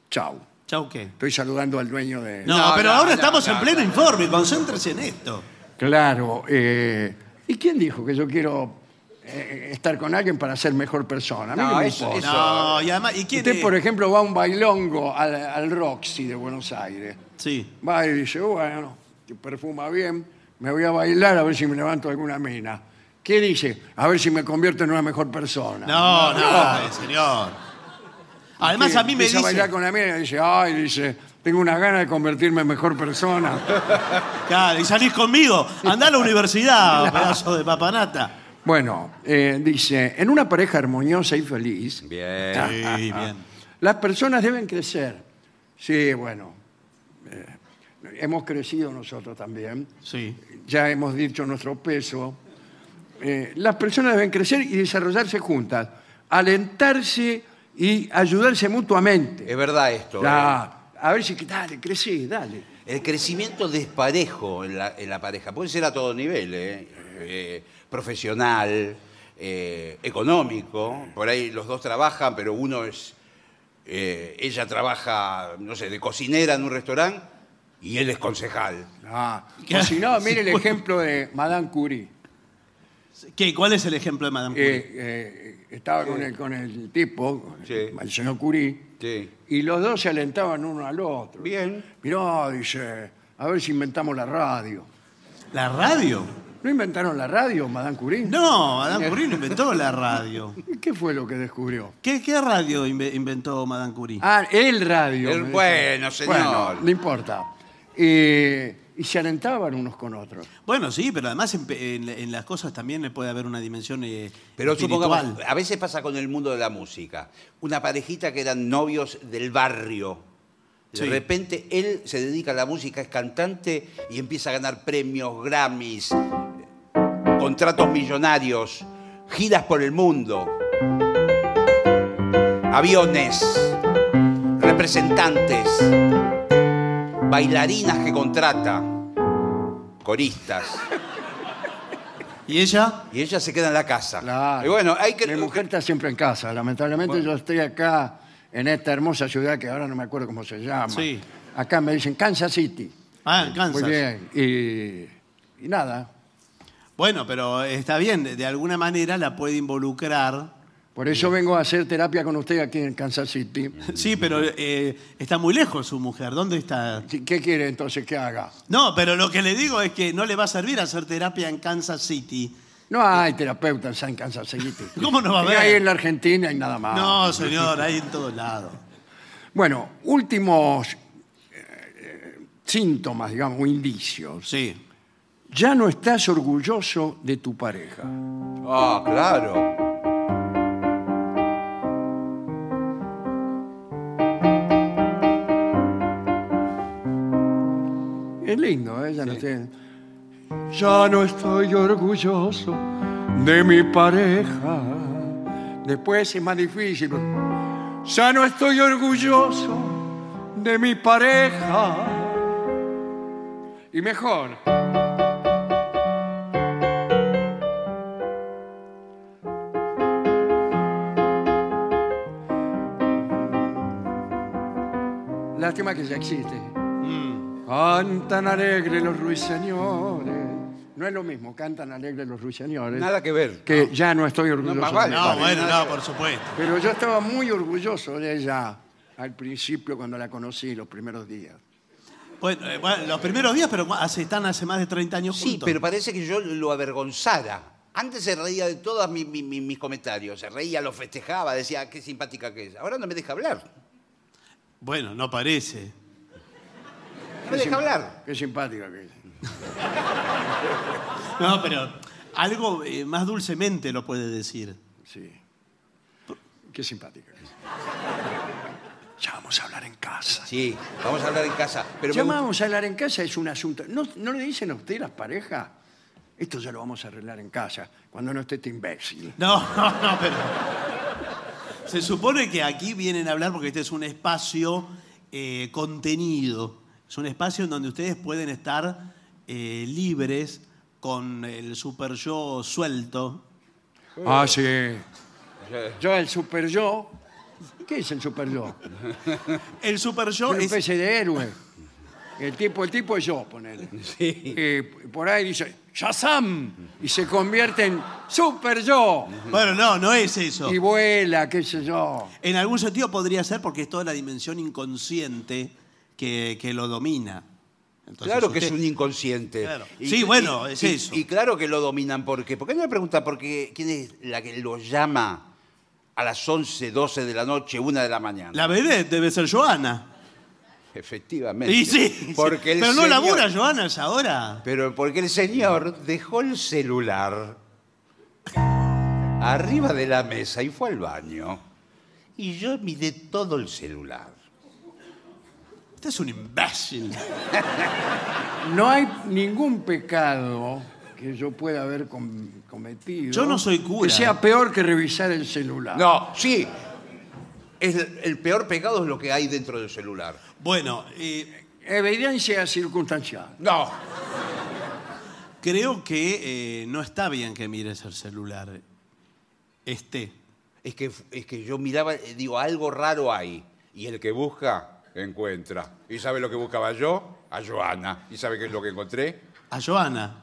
chau. Chau, ¿qué? Estoy saludando al dueño de... No, No, pero no, ahora no, estamos no, en pleno informe, concéntrese en esto. Claro. eh, ¿Y quién dijo que yo quiero eh, eh, estar con alguien para ser mejor persona. A mí No, no me eso- importa. eso- No, y además, ¿y quién Usted, es? por ejemplo, va a un bailongo al, al Roxy de Buenos Aires. Sí. Va y dice, bueno, que perfuma bien, me voy a bailar a ver si me levanto alguna mina. ¿Qué dice? A ver si me convierto en una mejor persona. No, no, señor. Además, a mí me Empieza dice. bailar con la mina y dice, ay, dice, tengo unas ganas de convertirme en mejor persona. Claro, y salís conmigo. Andá a la universidad, pedazo de papanata. bueno, eh, dice, en una pareja armoniosa y feliz, Bien. Sí, bien. Las personas deben crecer. Sí, bueno. eh, hemos crecido nosotros también. Sí. Ya hemos dicho nuestro peso. Eh, las personas deben crecer y desarrollarse juntas, alentarse y ayudarse mutuamente. Es verdad esto. ¿eh? La- a ver si dale, crecí, dale. El crecimiento desparejo en la, en la pareja. Puede ser a todo nivel, ¿eh? Eh, profesional, eh, económico. Por ahí los dos trabajan, pero uno es. eh, ella trabaja, no sé, de cocinera en un restaurante y él es concejal. Ah, o si no, mire el ejemplo de Madame Curie. ¿Qué? ¿Cuál es el ejemplo de Madame Curie? Eh, eh, estaba con el, con el tipo, Sí. el señor Curie, Sí. y los dos se alentaban uno al otro. Bien. Mirá, dice, a ver si inventamos la radio. ¿La radio? ¿No inventaron la radio, Madame Curie? No, Eh. Madame Curie no inventó la radio. ¿Y qué fue lo que descubrió? ¿Qué, qué radio inve- inventó Madame Curie? Ah, el radio. El- me dice. bueno, señor. Bueno, no importa. Eh, y se alentaban unos con otros. Bueno, sí, pero además en, pe- en- en las cosas también le puede haber una dimensión eh, Pero espiritual. supongamos, a veces pasa con el mundo de la música. Una parejita que eran novios del barrio. De Sí. repente él se dedica a la música, es cantante y empieza a ganar premios, Grammys, eh, contratos millonarios, giras por el mundo, aviones, representantes, bailarinas que contrata, coristas. ¿Y ella? Y ella se queda en la casa. Claro. Y bueno, hay que. Mi mujer está siempre en casa. Lamentablemente yo estoy acá en esta hermosa ciudad que ahora no me acuerdo cómo se llama. Sí. Acá me dicen Kansas City. Ah, en Kansas. Muy bien. Y, y nada. Bueno, pero está bien, de- de alguna manera la puede involucrar. Por eso vengo a hacer terapia con usted aquí en Kansas City. Sí, pero eh, está muy lejos su mujer. ¿Dónde está? ¿Qué- ¿Qué quiere entonces que haga? No, pero lo que le digo es que no le va a servir hacer terapia en Kansas City. No hay terapeutas en Kansas City. ¿Cómo no va a haber? Hay en la Argentina y nada más. No, señor, hay en todos lados. Bueno, últimos eh, eh, síntomas, digamos, o indicios. Sí. Ya no estás orgulloso de tu pareja. Ah, claro. Es lindo, ¿eh? Ya no, estoy... ya no estoy orgulloso de mi pareja. Después es más difícil. Ya no estoy orgulloso de mi pareja. Y mejor. Lástima que ya existe. Mm. Cantan alegre los ruiseñores. No es lo mismo, cantan alegre los ruiseñores. Nada que ver. Que ya no estoy orgulloso. No, más de vale. mi No, padre. bueno, no, por supuesto. Pero yo estaba muy orgulloso de ella al principio cuando la conocí, los primeros días. Bueno, eh, bueno, los primeros días, pero hace, están hace más de 30 años Sí, juntos. pero parece que yo lo avergonzara. Antes se reía de todos mi- mi- mi- mis comentarios. Se reía, lo festejaba, decía "Ah, qué simpática que es. Ahora no me deja hablar. Bueno, no parece. No me deja hablar. Qué simpática que es. No, pero algo eh, más dulcemente lo puede decir. Sí. Qué simpática que es. Ya vamos a hablar en casa. Sí, vamos a hablar en casa. Pero ya me gusta- vamos a hablar en casa es un asunto. ¿No, ¿No le dicen a usted las parejas? Esto ya lo vamos a arreglar en casa, cuando no esté este imbécil. No, no, no, pero. Se supone que aquí vienen a hablar porque este es un espacio eh, contenido. Es un espacio en donde ustedes pueden estar eh, libres con el super yo suelto. Ah, sí. Yo, el super yo. ¿Qué es el super yo? El super yo Una es. pues, especie de héroe. El tipo, el tipo es yo, ponele. Eh, por ahí dice, ¡Shazam! Y se convierte en Super Yo. Bueno, no, no es eso. Y vuela, qué sé yo. En algún sentido podría ser porque es toda la dimensión inconsciente que, que lo domina. Entonces, claro que usted- es un inconsciente. Claro. Sí, bueno, es y- eso. Y claro que lo dominan. ¿Por qué? Porque hay una pregunta, porque ¿quién es la que lo llama a las 11, 12 de la noche, 1 de la mañana? La vedette debe ser Joana. Efectivamente. Y sí. Porque el Pero no señor- labura Joana es ahora. Pero porque el señor dejó el celular arriba de la mesa y fue al baño. Y yo miré todo el celular. Usted es un imbécil. No hay ningún pecado que yo pueda haber com- cometido. Yo no soy cura. Que sea peor que revisar el celular. No, sí. Es el, el peor pecado es lo que hay dentro del celular. Bueno, eh, Evidencia circunstancial. No, creo que eh, no está bien que mires el celular. Este. Es que, es que yo miraba, eh, digo, algo raro hay. Y el que busca, encuentra. ¿Y sabe lo que buscaba yo? A Joana. ¿Y sabe qué es lo que encontré? A Joana.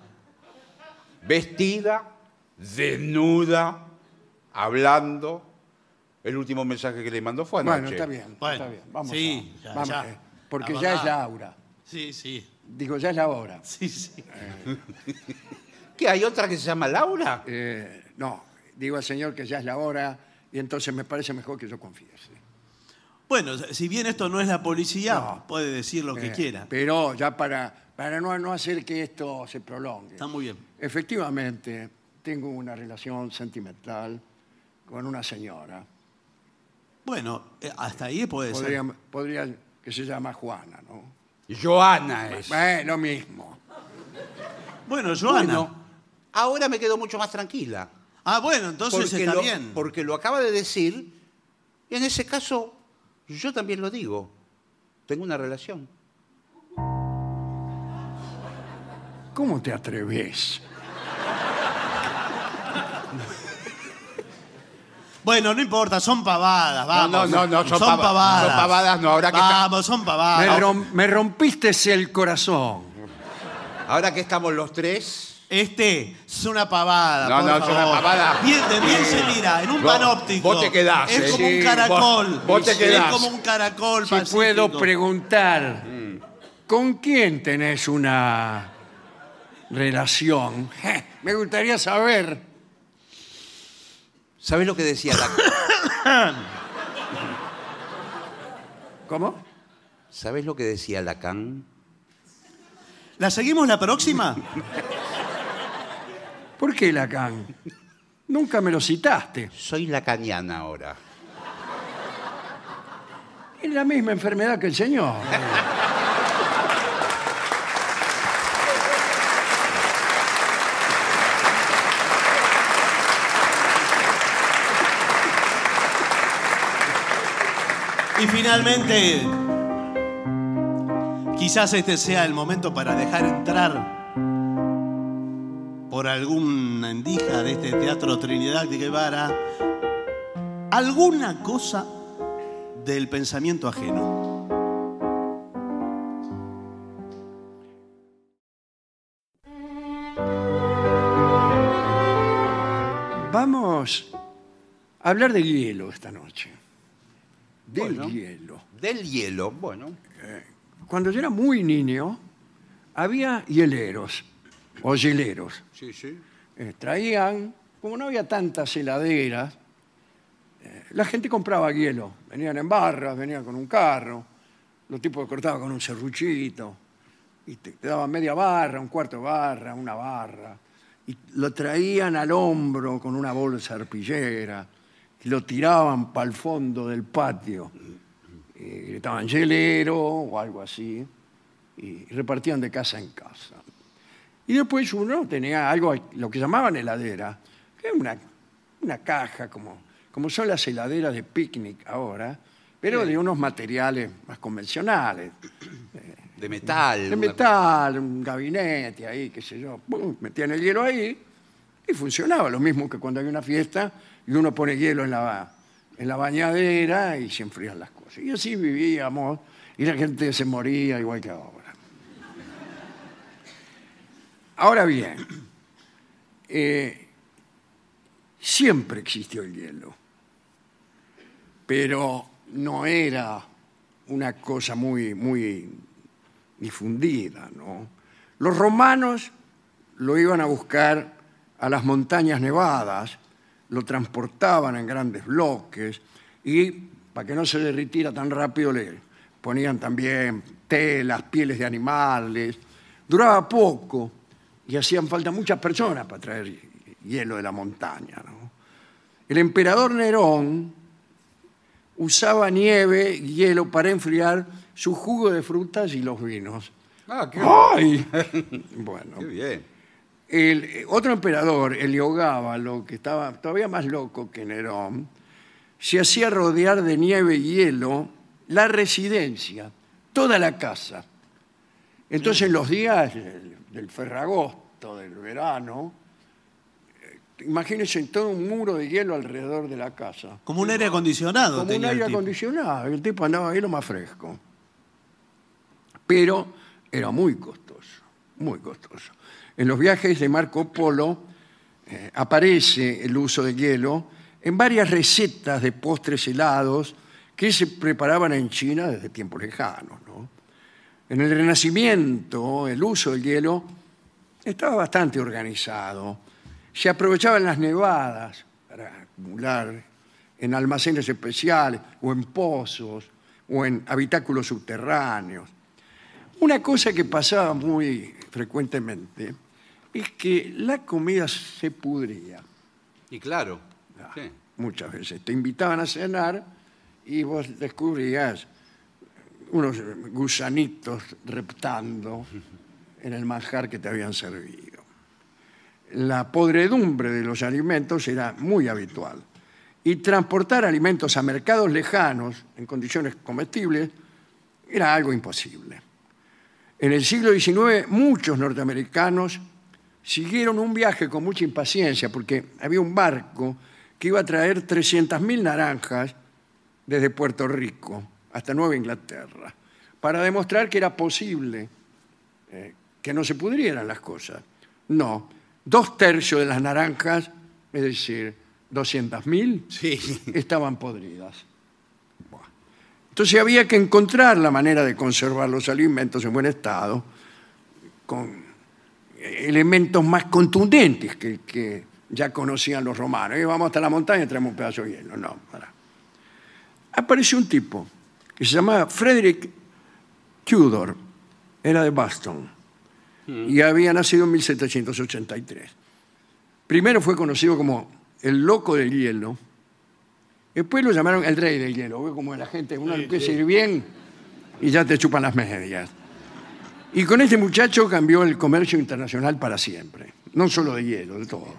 Vestida, desnuda, hablando. El último mensaje que le mandó fue anoche. Bueno, está bien, Bueno, está bien. Vamos sí, a- ya, vamos ya. a- porque La ya es verdad. la hora. Sí, sí. Digo, ya es la hora. Sí, sí. ¿Qué? ¿Hay otra que se llama Laura? Eh, no, digo al señor que ya es la hora y entonces me parece mejor que yo confiese. Bueno, si bien esto no es la policía, No. puede decir lo que Eh, quiera. Pero ya para, para no, no hacer que esto se prolongue. Está muy bien. Efectivamente, tengo una relación sentimental con una señora. Bueno, eh, hasta ahí puede Podría, ser. podría que se llama Juana, ¿no? Joana es. Eh, lo mismo. Bueno, Joana. Ahora me quedo mucho más tranquila. Ah, bueno, entonces está lo, bien. porque lo acaba de decir. Y en ese caso, yo también lo digo. Tengo una relación. ¿Cómo te atreves? Bueno, no importa, son pavadas, vamos. no, no, no, son pava- pavadas. son pavadas, no, habrá que ca- Vamos, son Me, pavadas. rom- me rompiste el corazón. Ahora que estamos los tres. Este es una pavada. No, por no, es una favor. pavada. Bien, de bien se mira, en un Vos- panóptico. vos te quedás, Es eh, como sí, un caracol. vos- vos te quedás. Es como un caracol. Si pacífico. puedo preguntar, ¿con quién tenés una relación? Me gustaría saber. ¿Sabes lo que decía la, ¿Cómo? ¿sabes lo que decía Lacan? ¿La seguimos la próxima? ¿Por qué Lacan? Nunca me lo citaste. Soy lacaniana ahora. Es la misma enfermedad que el señor. Y finalmente, quizás este sea el momento para dejar entrar por alguna endija de este Teatro Trinidad de Guevara alguna cosa del pensamiento ajeno. Vamos a hablar del hielo esta noche. Del Bueno. hielo. Del hielo, bueno. Cuando yo era muy niño, había hieleros o hieleros. Sí, sí. Eh, traían, como no había tantas heladeras, eh, la gente compraba hielo. Venían en barras, venían con un carro, los tipos cortaban con un serruchito, y te, te daban media barra, un cuarto de barra, una barra, y lo traían al hombro con una bolsa arpillera, y lo tiraban para el fondo del patio. Eh, gritaban hielero o algo así, y repartían de casa en casa. Y después uno tenía algo, lo que llamaban heladera, que era una, una caja, como, como son las heladeras de picnic ahora, pero de unos materiales más convencionales. De metal. De una- metal, un gabinete ahí, qué sé yo. Pum, metían el hielo ahí y funcionaba. Lo mismo que cuando hay una fiesta y uno pone hielo en la, en la bañadera y se enfrían las cosas. Y así vivíamos y la gente se moría igual que ahora. Ahora bien, eh, siempre existió el hielo, pero no era una cosa muy, muy difundida, ¿no? Los romanos lo iban a buscar a las montañas nevadas, lo transportaban en grandes bloques y para que no se derritiera tan rápido le ponían también telas, pieles de animales. Duraba poco y hacían falta muchas personas para traer hielo de la montaña. ¿no? El emperador Nerón usaba nieve y hielo para enfriar su jugo de frutas y los vinos. Ah, qué, ¡Ay! bueno, qué bien. el eh, otro emperador, Heliogábalo, que estaba todavía más loco que Nerón, se hacía rodear de nieve y hielo la residencia, toda la casa. Entonces, en los días del, del ferragosto, del verano, eh, imagínense todo un muro de hielo alrededor de la casa. Como un aire acondicionado. Como un tenía el aire tipo. acondicionado, el tipo andaba ahí lo más fresco. Pero era muy costoso, muy costoso. En los viajes de Marco Polo eh, aparece el uso de hielo en varias recetas de postres helados que se preparaban en China desde tiempos lejanos. ¿no? En el Renacimiento, el uso del hielo estaba bastante organizado. Se aprovechaban las nevadas para acumular en almacenes especiales o en pozos o en habitáculos subterráneos. Una cosa que pasaba muy frecuentemente es que la comida se pudría Y claro. Ah. sí. muchas veces. Te invitaban a cenar y vos descubrías unos gusanitos reptando en el manjar que te habían servido. La podredumbre de los alimentos era muy habitual. Y transportar alimentos a mercados lejanos en condiciones comestibles era algo imposible. En el siglo XIX muchos norteamericanos siguieron un viaje con mucha impaciencia porque había un barco que iba a traer 300.000 naranjas desde Puerto Rico hasta Nueva Inglaterra para demostrar que era posible eh, que no se pudrieran las cosas. No, dos tercios de las naranjas, es decir, 200.000, Sí. estaban podridas. Buah. Entonces había que encontrar la manera de conservar los alimentos en buen estado con elementos más contundentes que, que ya conocían los romanos. Eh, vamos hasta la montaña y traemos un pedazo de hielo. No, para. Apareció un tipo que se llamaba Frederick Tudor, era de Boston y había nacido en 1783. Primero fue conocido como el loco del hielo. Después lo llamaron el rey del hielo. Ve como la gente, uno empieza a ir bien y ya te chupan las medias. Y con este muchacho cambió el comercio internacional para siempre. No solo de hielo, de todo.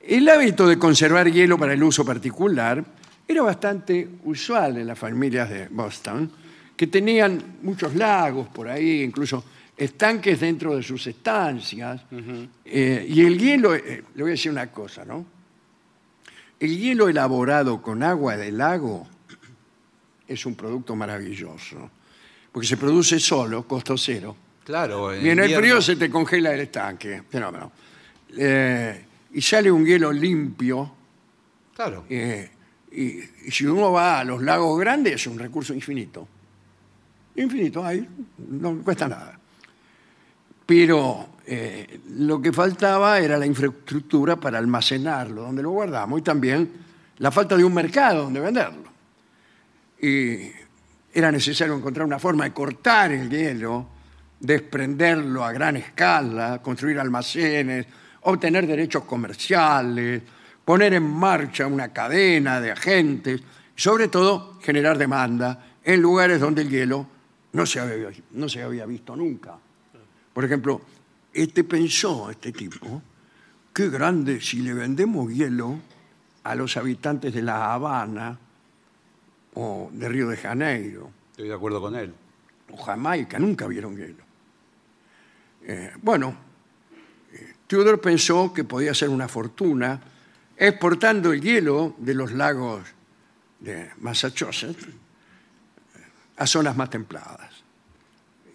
El hábito de conservar hielo para el uso particular era bastante usual en las familias de Boston, que tenían muchos lagos por ahí, incluso estanques dentro de sus estancias. Eh, y el hielo, eh, le voy a decir una cosa, ¿no? El hielo elaborado con agua de lago es un producto maravilloso, porque se produce solo, costo cero. Claro. Y en el invierno- frío se te congela el estanque. Fenómeno. Eh, y sale un hielo limpio. Claro. eh, y, y si uno va a los lagos grandes, es un recurso infinito. Infinito, ahí no cuesta nada. Pero eh, lo que faltaba era la infraestructura para almacenarlo, donde lo guardamos, y también la falta de un mercado donde venderlo. Y era necesario encontrar una forma de cortar el hielo, desprenderlo a gran escala, construir almacenes, obtener derechos comerciales, poner en marcha una cadena de agentes, sobre todo generar demanda en lugares donde el hielo no se había, no se había visto nunca. Por ejemplo, este pensó, este tipo, qué grande si le vendemos hielo a los habitantes de La Habana, o de Río de Janeiro Estoy de acuerdo con él. o Jamaica, nunca vieron hielo. Eh, bueno, eh, Theodore pensó que podía hacer una fortuna exportando el hielo de los lagos de Massachusetts eh, a zonas más templadas.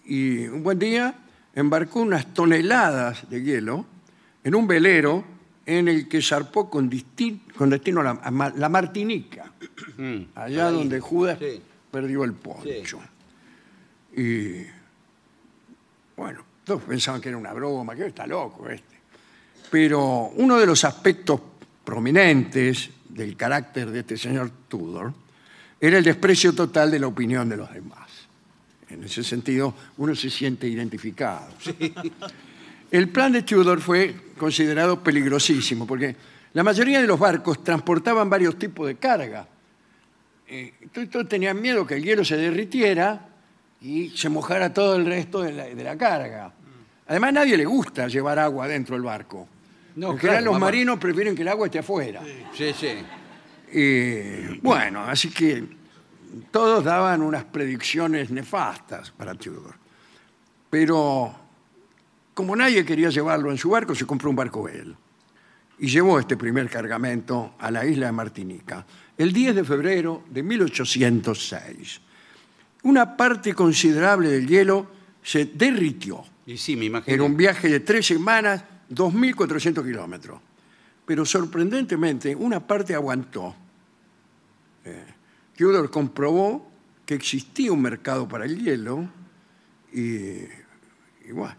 Y un buen día embarcó unas toneladas de hielo en un velero en el que zarpó con, disti- con destino a la, a Ma- la Martinica, allá donde Judas Mm. Sí. perdió el poncho. Y bueno, todos pensaban que era una broma, que está loco este. Pero uno de los aspectos prominentes del carácter de este señor Tudor era el desprecio total de la opinión de los demás. En ese sentido, uno se siente identificado. El plan de Tudor fue considerado peligrosísimo porque la mayoría de los barcos transportaban varios tipos de carga. Eh, Entonces todos tenían miedo que el hielo se derritiera y se mojara todo el resto de la, de la carga. Además, a nadie le gusta llevar agua dentro del barco. No, en general, claro, los mamá. marinos prefieren que el agua esté afuera. Sí, sí. Eh, bueno, así que todos daban unas predicciones nefastas para Tudor. Pero como nadie quería llevarlo en su barco, se compró un barco él. Y llevó este primer cargamento a la isla de Martinica el 10 de febrero de 1806. Una parte considerable del hielo se derritió. Y sí, me imagino. Era un viaje de tres semanas, 2.400 kilómetros. Pero sorprendentemente, una parte aguantó. Eh, Tudor comprobó que existía un mercado para el hielo y, y bueno.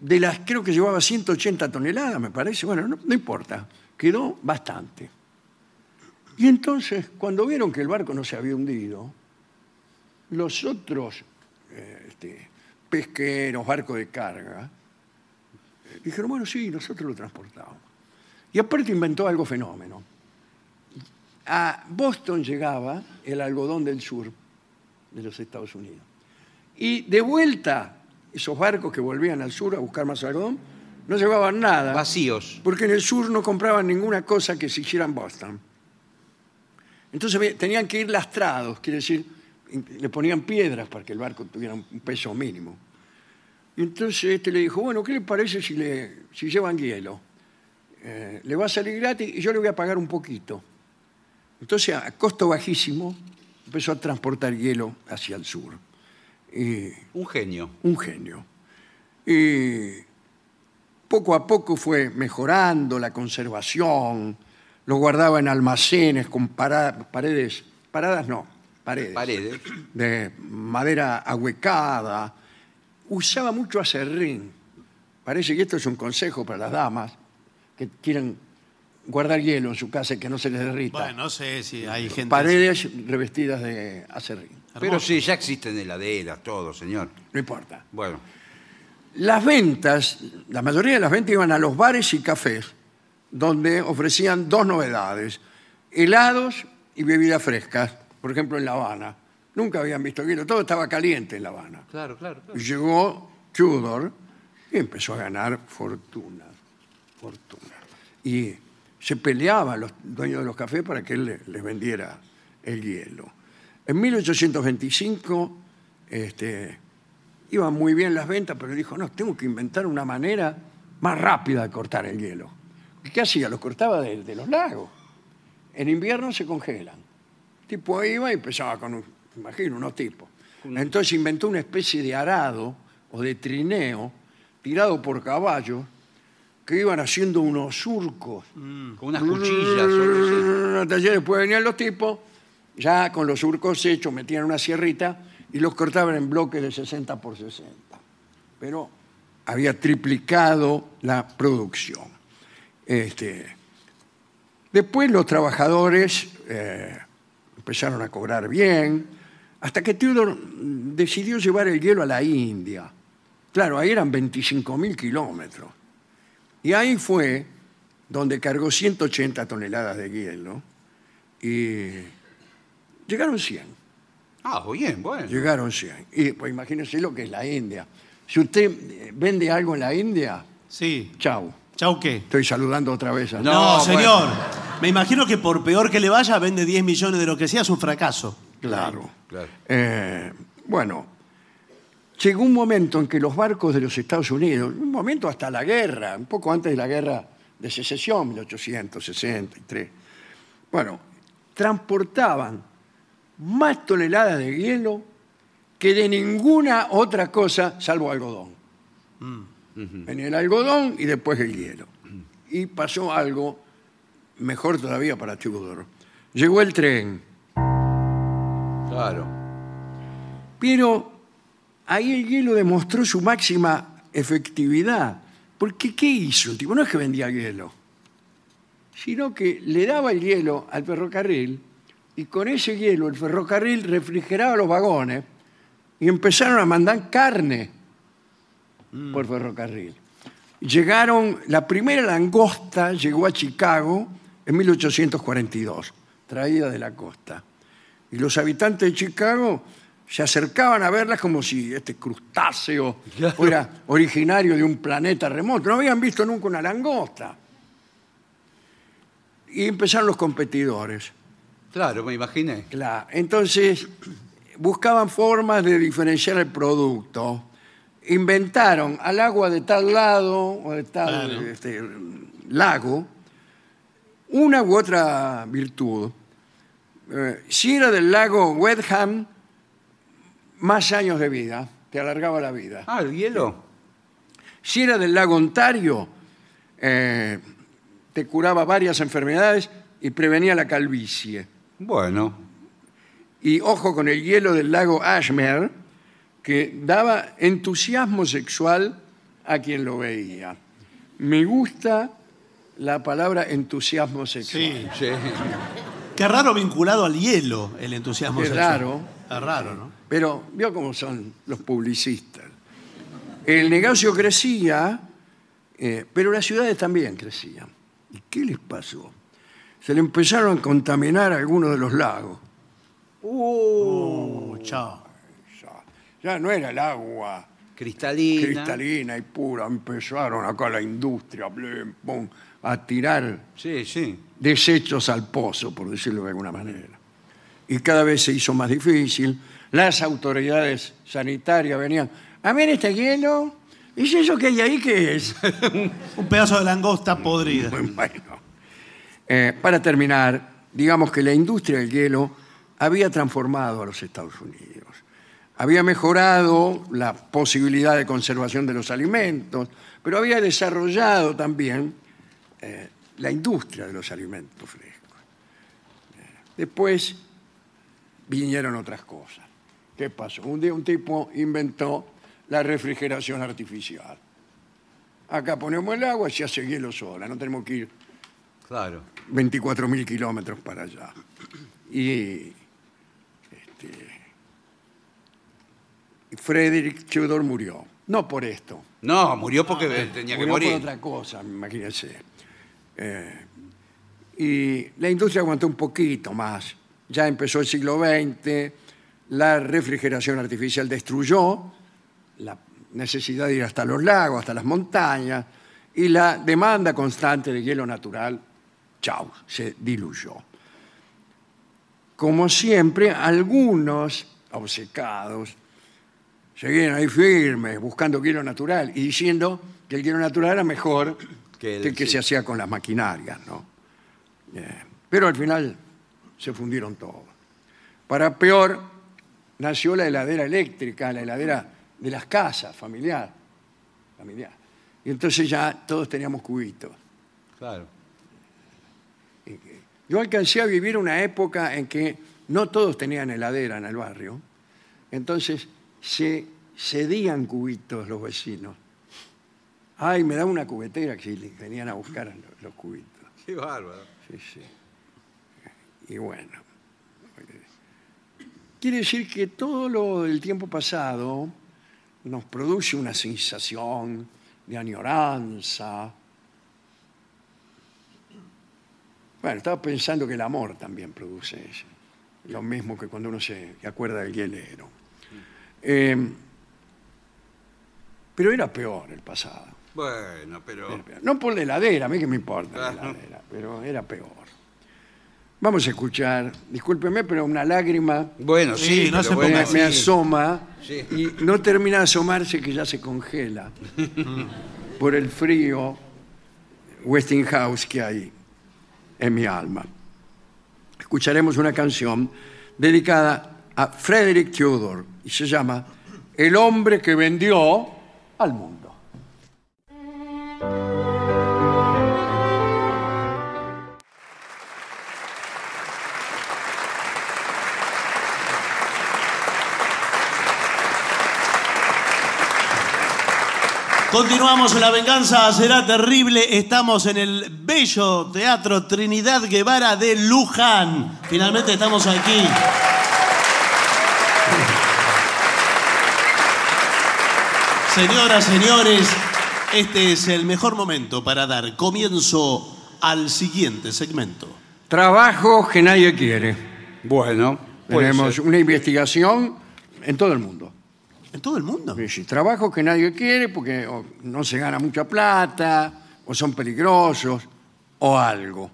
De las, creo que llevaba 180 toneladas, me parece. Bueno, no, no importa. Quedó bastante. Y entonces, cuando vieron que el barco no se había hundido, los otros eh, este, pesqueros, barcos de carga, eh, dijeron, bueno, sí, nosotros lo transportamos. Y aparte inventó algo fenómeno. A Boston llegaba el algodón del sur de los Estados Unidos. Y de vuelta, esos barcos que volvían al sur a buscar más algodón, no llevaban nada. Vacíos. Porque en el sur no compraban ninguna cosa que se hiciera en Boston. Entonces ve- tenían que ir lastrados, quiere decir, in- le ponían piedras para que el barco tuviera un un peso mínimo. Y entonces este le dijo, bueno, ¿qué le parece si, le, si llevan hielo? Eh, le va a salir gratis y yo le voy a pagar un poquito. Entonces, a costo bajísimo, empezó a transportar hielo hacia el sur. Y Un genio. un genio. Y poco a poco fue mejorando la conservación, lo guardaba en almacenes con para- paredes, paradas no, paredes, Paredes. de madera ahuecada, usaba mucho acerrín. Parece que esto es un consejo para las damas que quieren guardar hielo en su casa y que no se les derrita. Bueno, no sé si hay gente. paredes revestidas de acerrín, Pero sí, ya existen heladeras, todo, señor. no importa. Bueno, las ventas, la mayoría de las ventas iban a los bares y cafés, donde ofrecían dos novedades, helados y bebidas frescas, por ejemplo en La Habana. Nunca habían visto hielo, todo estaba caliente en La Habana. claro, claro. Y Llegó Tudor y empezó a ganar fortuna, fortuna. Y se peleaba los dueños de los cafés para que él le- les vendiera el hielo. En 1825 este, iban muy bien las ventas, pero dijo, no, tengo que inventar una manera más rápida de cortar el hielo. ¿Y qué hacía? Los cortaba de, de los lagos. En invierno se congelan. El tipo iba y empezaba con, un, imagino, unos tipos. Entonces inventó una especie de arado o de trineo tirado por caballos que iban haciendo unos surcos. Con unas cuchillas. o- sí. Entonces después venían los tipos, ya con los surcos hechos, metían una sierrita y los cortaban en bloques de 60 por 60. Pero había triplicado la producción. Este, después los trabajadores eh, empezaron a cobrar bien, hasta que Theodore mm, decidió llevar el hielo a la India. Claro, ahí eran 25.000 kilómetros. Y ahí fue donde cargó 180 toneladas de hielo y llegaron 100. Ah, bien, bueno. Llegaron 100. Y pues imagínense lo que es la India. Si usted eh, vende algo en la India, Sí. chau. ¿Chau qué? Estoy saludando otra vez a... No, No, bueno. señor. Me imagino que por peor que le vaya, vende 10 millones de lo que sea, es un fracaso. Claro. Claro. Eh, bueno, llegó un momento en que los barcos de los Estados Unidos, un momento hasta la guerra, un poco antes de la guerra de secesión, 1863, bueno, transportaban más toneladas de hielo que de ninguna otra cosa salvo algodón. En el algodón y después el hielo. Y pasó algo mejor todavía para Chibudoro. Llegó el tren, Claro. pero ahí el hielo demostró su máxima efectividad. Porque ¿qué hizo? el tipo? no es que vendía hielo, sino que le daba el hielo al ferrocarril y con ese hielo el ferrocarril refrigeraba los vagones y empezaron a mandar carne por ferrocarril. Llegaron, la primera langosta llegó a Chicago en 1842, traída de la costa. Y los habitantes de Chicago se acercaban a verlas como si este crustáceo fuera originario de un planeta remoto. No habían visto nunca una langosta. Y empezaron los competidores. Claro, me imaginé. Claro. Entonces, buscaban formas de diferenciar el producto. Inventaron al agua de tal lado o de tal este, lago una u otra virtud. Eh, si era del lago Wetham, más años de vida, te alargaba la vida. Ah, el hielo. Si era del lago Ontario, eh, te curaba varias enfermedades y prevenía la calvicie. Bueno, y ojo con el hielo del lago Ashmer, que daba entusiasmo sexual a quien lo veía. Me gusta la palabra entusiasmo sexual. Sí. sí. Qué raro vinculado al hielo el entusiasmo Qué sexual. raro. Es raro, ¿no? Pero vio cómo son los publicistas. El negocio crecía, eh, pero las ciudades también crecían. ¿Y qué les pasó? Se le empezaron a contaminar algunos de los lagos. Oh, chao. Ya- ya no era el agua Cristalina. cristalina y pura. Empezaron acá la industria blem, pum, a tirar Sí, sí. desechos al pozo, por decirlo de alguna manera. Y cada vez se hizo más difícil. Las autoridades sanitarias venían, a ver este hielo, ¿es eso que hay ahí qué es? Un pedazo de langosta podrida. bueno. Eh, para terminar, digamos que la industria del hielo había transformado a los Estados Unidos. Había mejorado la posibilidad de conservación de los alimentos, pero había desarrollado también eh, la industria de los alimentos frescos. Eh, Después vinieron otras cosas. ¿Qué pasó? Un día un tipo inventó la refrigeración artificial. Acá ponemos el agua y se hace hielo sola. No tenemos que ir Claro. 24.000 kilómetros para allá. Y este, Frederick Tudor murió. No por esto. No, murió porque eh, tenía que Ah, murió morir. por otra cosa, imagínense. Eh, y la industria aguantó un poquito más. Ya empezó el siglo XX, la refrigeración artificial destruyó la necesidad de ir hasta los lagos, hasta las montañas, y la demanda constante de hielo natural, chau, se diluyó. Como siempre, algunos obcecados seguían ahí firmes, buscando hielo natural y diciendo que el hielo natural era mejor que Que el el- que, sí. se hacía con las maquinarias, ¿no? Eh, pero al final se fundieron todos. Para peor, nació la heladera eléctrica, la heladera de las casas, familiar. familiar. Y entonces ya todos teníamos cubitos. Claro. Yo alcancé a vivir una época en que no todos tenían heladera en el barrio. Entonces se cedían cubitos los vecinos. Ay, me da una cubetera que le- venían a buscar los- los cubitos. Qué bárbaro. Sí, sí. Y bueno. Quiere decir que todo lo del tiempo pasado nos produce una sensación de añoranza. Bueno, estaba pensando que el amor también produce eso. Lo mismo que cuando uno se acuerda del hielero. Eh, pero era peor el pasado. Bueno, pero. Era peor. No por la heladera, a mí que me importa la Claro. heladera, pero era peor. Vamos a escuchar, discúlpeme, pero una lágrima Bueno, Sí, sí, no pero se bueno, me, ponga sí. me asoma Sí. y no termina de asomarse que ya se congela por el frío Westinghouse que hay en mi alma. Escucharemos una canción dedicada a Frederick Tudor y se llama El hombre que vendió al mundo. Continuamos en La Venganza Será Terrible. Estamos en el bello Teatro Trinidad Guevara de Luján. Finalmente estamos aquí. Señoras, señores, este es el mejor momento para dar comienzo al siguiente segmento. Trabajo que nadie quiere. Bueno, puede Tenemos ser. una investigación en todo el mundo. ¿En todo el mundo? Sí, sí, trabajos que nadie quiere porque o no se gana mucha plata, o son peligrosos, o algo.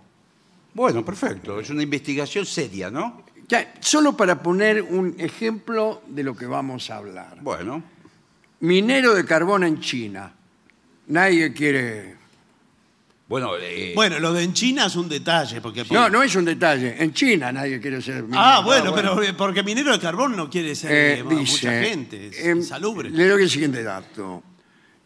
bueno, perfecto. Es una investigación seria, ¿no? Ya, solo para poner un ejemplo de lo que vamos a hablar. Bueno, Minero de carbón en China. Nadie quiere... bueno, eh, Bueno, lo de en China es un detalle. porque No, no es un detalle. En China nadie quiere ser minero. Ah, bueno, pero eh, porque minero de carbón no quiere ser Eh, eh, bueno, dice, mucha gente, es em, insalubre. Le doy el siguiente dato.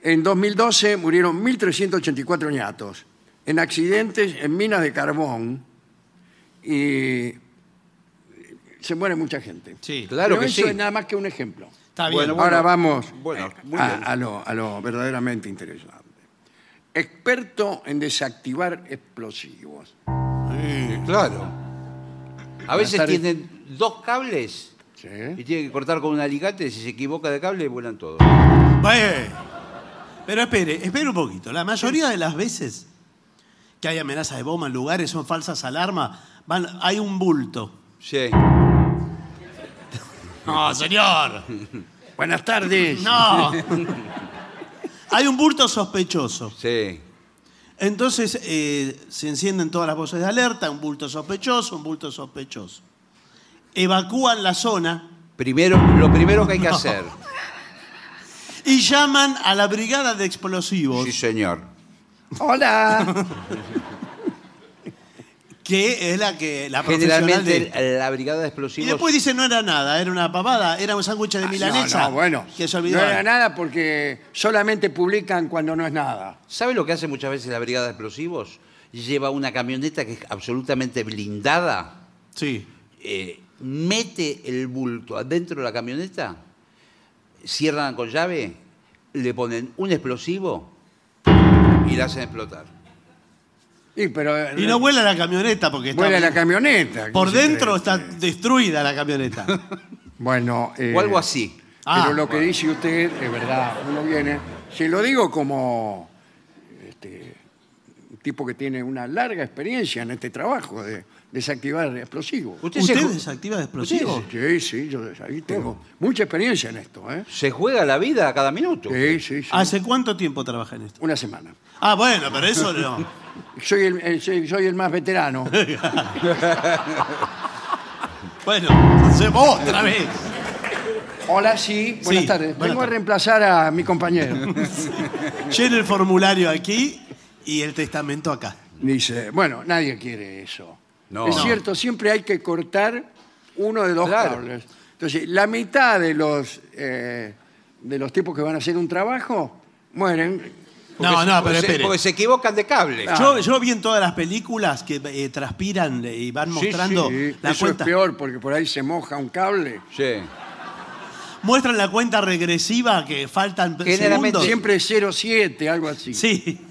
En 2012 murieron 1.384 ñatos en accidentes en minas de carbón y se muere mucha gente. Sí. claro Pero que eso sí. es nada más que un ejemplo. Está bien. Bueno, Ahora vamos Bueno, muy a, bien. a lo, a lo verdaderamente interesante. Experto en desactivar explosivos. Sí, claro. A Buenas veces tardes. tienen dos cables ¿sí? y tienen que cortar con un alicate. Si se equivoca de cable, vuelan todos. Bueno. Eh, Pero espere, espere un poquito. La mayoría de las veces que hay amenazas de bomba en lugares, son falsas alarmas, van, hay un bulto. Sí. No, señor. Buenas tardes. No. Hay un bulto sospechoso. Sí. Entonces eh, se encienden todas las voces de alerta, un bulto sospechoso, un bulto sospechoso. Evacúan la zona Primero, lo primero que hay que hacer. y llaman a la brigada de explosivos Sí, señor. Hola. que es la que la profesional Generalmente de... la brigada de Y explosivos. después dice no era nada, era una pavada, era un sándwich de milanesa. Ah, No, no, bueno. Que se no olvidó. era nada porque solamente publican cuando no es nada. ¿Sabe lo que hace muchas veces la brigada de explosivos? Lleva una camioneta que es absolutamente blindada, Sí. eh, mete el bulto adentro de la camioneta, cierran con llave, le ponen un explosivo y la hacen explotar. Y, pero, Y no vuela la camioneta porque está. Vuela la camioneta. ¿qué Por se dentro cree? está destruida la camioneta. Bueno. eh, O algo así. Ah, pero lo que dice usted es verdad. Uno viene. Se lo digo como este, un tipo que tiene una larga experiencia en este trabajo de desactivar explosivos. Usted, se, ¿Usted ju- desactiva de explosivos? Sí, sí, yo ahí tengo mucha experiencia en esto. ¿eh? se juega la vida a cada minuto. Sí, sí, sí. ¿Hace cuánto tiempo trabaja en esto? Una semana. Ah, bueno, pero eso no. Soy el- el- soy- soy el más veterano. Bueno, se otra vez. Hola, sí, buenas Sí, tardes. buenas Vengo a tardes. reemplazar a mi compañero. Llena el formulario aquí y el testamento acá. Dice, bueno, nadie quiere eso. No. Es No. cierto, siempre hay que cortar uno de dos Claro. cables. Entonces, la mitad de los, eh, de los tipos que van a hacer un trabajo mueren. Porque no, se- no, pero porque se- espere. Porque se equivocan de cable. Ah. Yo, yo vi en todas las películas que eh, transpiran y van mostrando Sí, la eso cuenta. es peor porque por ahí se moja un cable. Sí. Muestran la cuenta regresiva que faltan Generalmente segundos. Siempre es 07, algo así. Sí.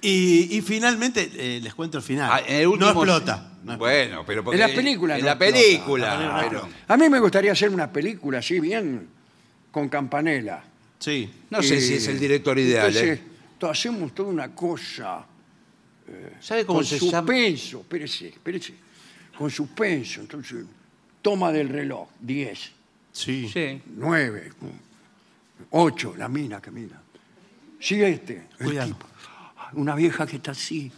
Y, y finalmente, eh, les cuento el final. Ah, en el último- No explota. No explota. Bueno, pero porque En las películas En no la explota. película. pero- A mí me gustaría hacer una película así bien con campanela. Sí. no sé Eh, si es el director ideal. ¿eh? Entonces, to- hacemos toda una cosa. ¿Sabe cómo con se llama? suspenso, espérese, espérese, con suspenso, entonces toma del reloj, 10, Sí. Sí. 9, 8, la mina que mira. Sigue este, el Cuidado. tipo, una vieja que está así,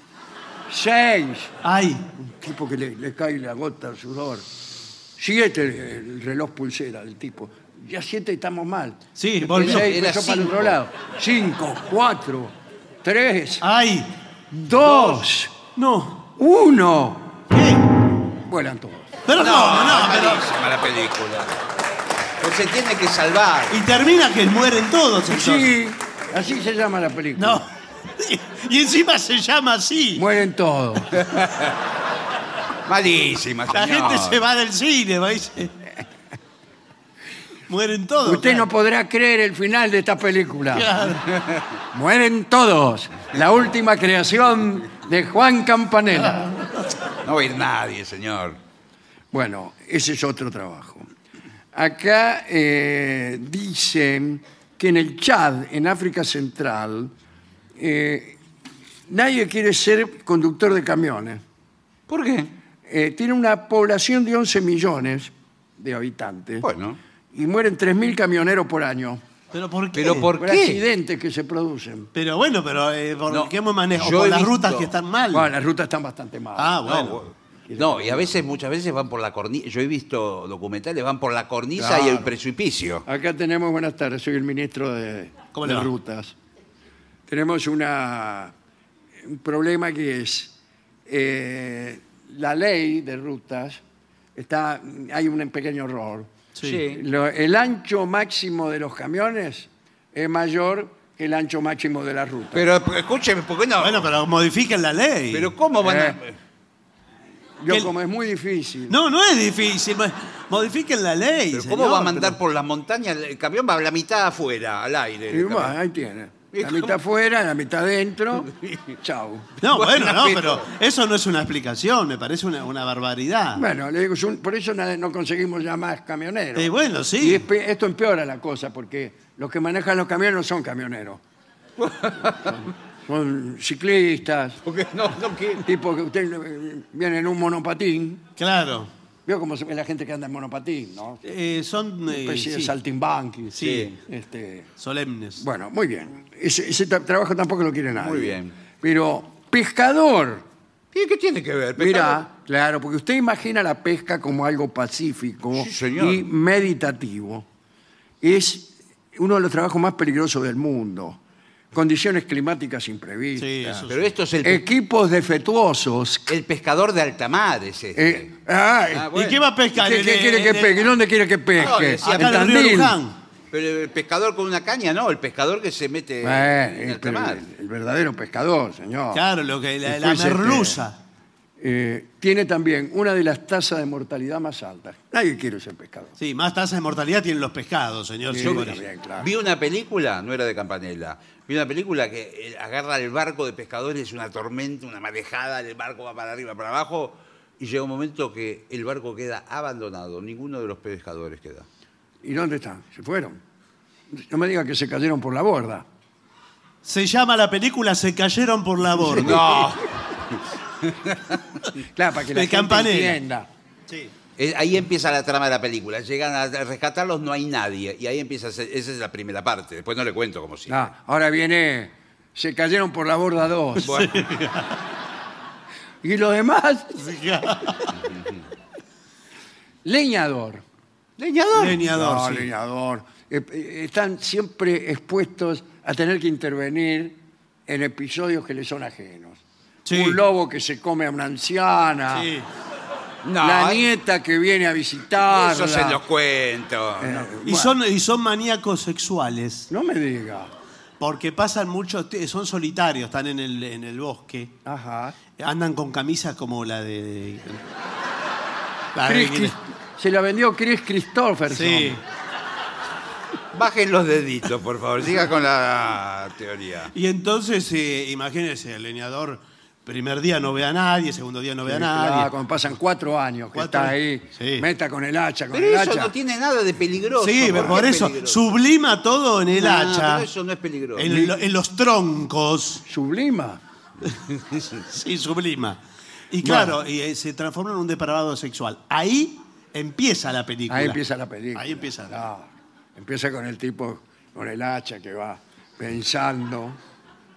6, Ay, un tipo que le, le cae la gota de sudor, sigue este el, el reloj pulsera del tipo, ya 7 estamos mal. sí, El volvió. seis era empezó para el otro cinco. lado, 5, 4, 3, Ay, 2, no. 1. ¿Qué? vuelan todos. Pero no, no, pero... malísima la película. Pues se tiene que salvar. Y termina que mueren todos. entonces. Sí, así se llama la película. No. Y encima se llama así. Mueren todos. Malísima, La señor. gente se va del cine, va y se- Mueren todos. Usted no claro. podrá creer el final de esta película. Claro. Mueren todos. La última creación de Juan Campanella. No va a ir nadie, señor. Bueno, ese es otro trabajo. Acá eh, dicen que en el Chad, en África Central, eh, nadie quiere ser conductor de camiones. ¿Por qué? Eh, tiene una población de 11 millones de habitantes Bueno. y mueren 3.000 camioneros por año Pero ¿por qué? Pero por por qué. accidentes que se producen. Pero bueno, pero eh, ¿por No, qué hemos manejado? yo Por he las visto- rutas que están mal. Bueno, las rutas están bastante mal. Ah, No, bueno. no, y a veces, muchas veces van por la cornisa. Yo he visto documentales, van por la cornisa y el precipicio. Acá tenemos, buenas tardes, soy el ministro de, ¿Cómo de le va? Rutas. Tenemos una, un problema que es eh, la ley de rutas, está, hay un pequeño error. Sí. Lo- el ancho máximo de los camiones es mayor que el ancho máximo de la ruta. Pero escúcheme, ¿por qué no? Bueno, pero modifiquen la ley. pero ¿cómo van Eh. a.? Yo, el- como es muy difícil, No, no es difícil. mo- Modifiquen la ley. pero ¿Cómo señor, va a mandar pero- por las montañas? El camión va a la mitad afuera, al aire. y el bueno, camión. eh. ahí tiene. ¿Y La cómo? mitad afuera, la mitad dentro. Chau. No, bueno, Bueno, no, pero- pero eso no es una explicación, me parece una, una barbaridad. Bueno, le digo, es un- por eso na- no conseguimos ya más camioneros. Eh, bueno, Y sí. es pe- esto empeora la cosa porque los que manejan los camiones no son camioneros. son ciclistas, Porque no, no quiere. tipo que usted eh, viene en un monopatín. Claro. Veo como se ve la gente que anda en monopatín, ¿no? Eh, son eh, Especie de sí, saltimbanqui. Sí. Este, solemnes. bueno, muy bien. Ese, ese tra- trabajo tampoco lo quiere nadie. Muy bien. Pero pescador. ¿Y ¿Qué tiene que ver? Mira, claro, porque usted imagina la pesca como algo pacífico Sí, señor. y meditativo. Es uno de los trabajos más peligrosos del mundo. Condiciones climáticas imprevistas, Sí, eso Pero sí. esto es el, Eh. pe- equipos defectuosos. el pescador de alta mar, es este. eh, ay, Ah, ¿Y qué va a pescar? ¿qué- En- qué en- quiere que en- pesque? ¿Dónde quiere que No, pesque? decía, ¿En Acá en el río Tandil? Luján. Pero el pescador con una caña, no, el pescador que se mete Bueno, en eh, alta pero mar. el, el verdadero pescador, señor. Claro, lo que, la, la Después, este, merluza. Eh, tiene también una de las tasas de mortalidad más altas. Nadie quiere ser pescador. Sí, más tasa de mortalidad tienen los pescados, señor. Sí, sí, por está eso. bien, claro. Vi una película, no era de Campanella, vi una película que eh, agarra el barco de pescadores, una tormenta, una marejada, el barco va para arriba, para abajo, y llega un momento que el barco queda abandonado, ninguno de los pescadores queda. ¿Y dónde están? Se fueron. No me diga que se cayeron por la borda. Se llama la película Se cayeron por la borda. No, Claro, para que la El gente campanero. entienda. Sí. Eh, ahí empieza la trama de la película, llegan a rescatarlos, no hay nadie, y ahí empieza, a ser- esa es la primera parte, después no le cuento como si... Ah, ahora viene, se cayeron por la borda dos. Y los demás, Ah, leñador. ¿Leñador? Leñador, No, sí. leñador. Eh, eh, Están siempre expuestos a tener que intervenir en episodios que les son ajenos. Sí. Un lobo que se come a una anciana, Sí. No, la eh, nieta que viene a visitarla. eso se los cuento. Eh, No. Y, bueno, son, y son maníacos sexuales, No me diga. porque pasan mucho, te- son solitarios, están en el, en el bosque, Ajá. andan con camisas como la de... de- la de- Chris Cris- se la vendió Chris Christopherson. sí. Bajen los deditos, por favor. Siga con la teoría. Y entonces, eh, imagínense, el leñador, primer día no ve a nadie, segundo día no ve a nadie. Claro, cuando pasan cuatro años que Cuatro está ahí, años. Sí. meta con el hacha, con Pero el eso hacha. no tiene nada de peligroso. Sí, por, qué eso peligroso? sublima todo en el No, hacha, pero eso no es peligroso. en, lo- en los troncos. Sublima. Sí, sublima. Y claro, y, eh, se transforma en un depravado sexual. Ahí empieza la película. Ahí empieza la película. Ahí empieza la Claro. Empieza con el tipo con el hacha que va pensando.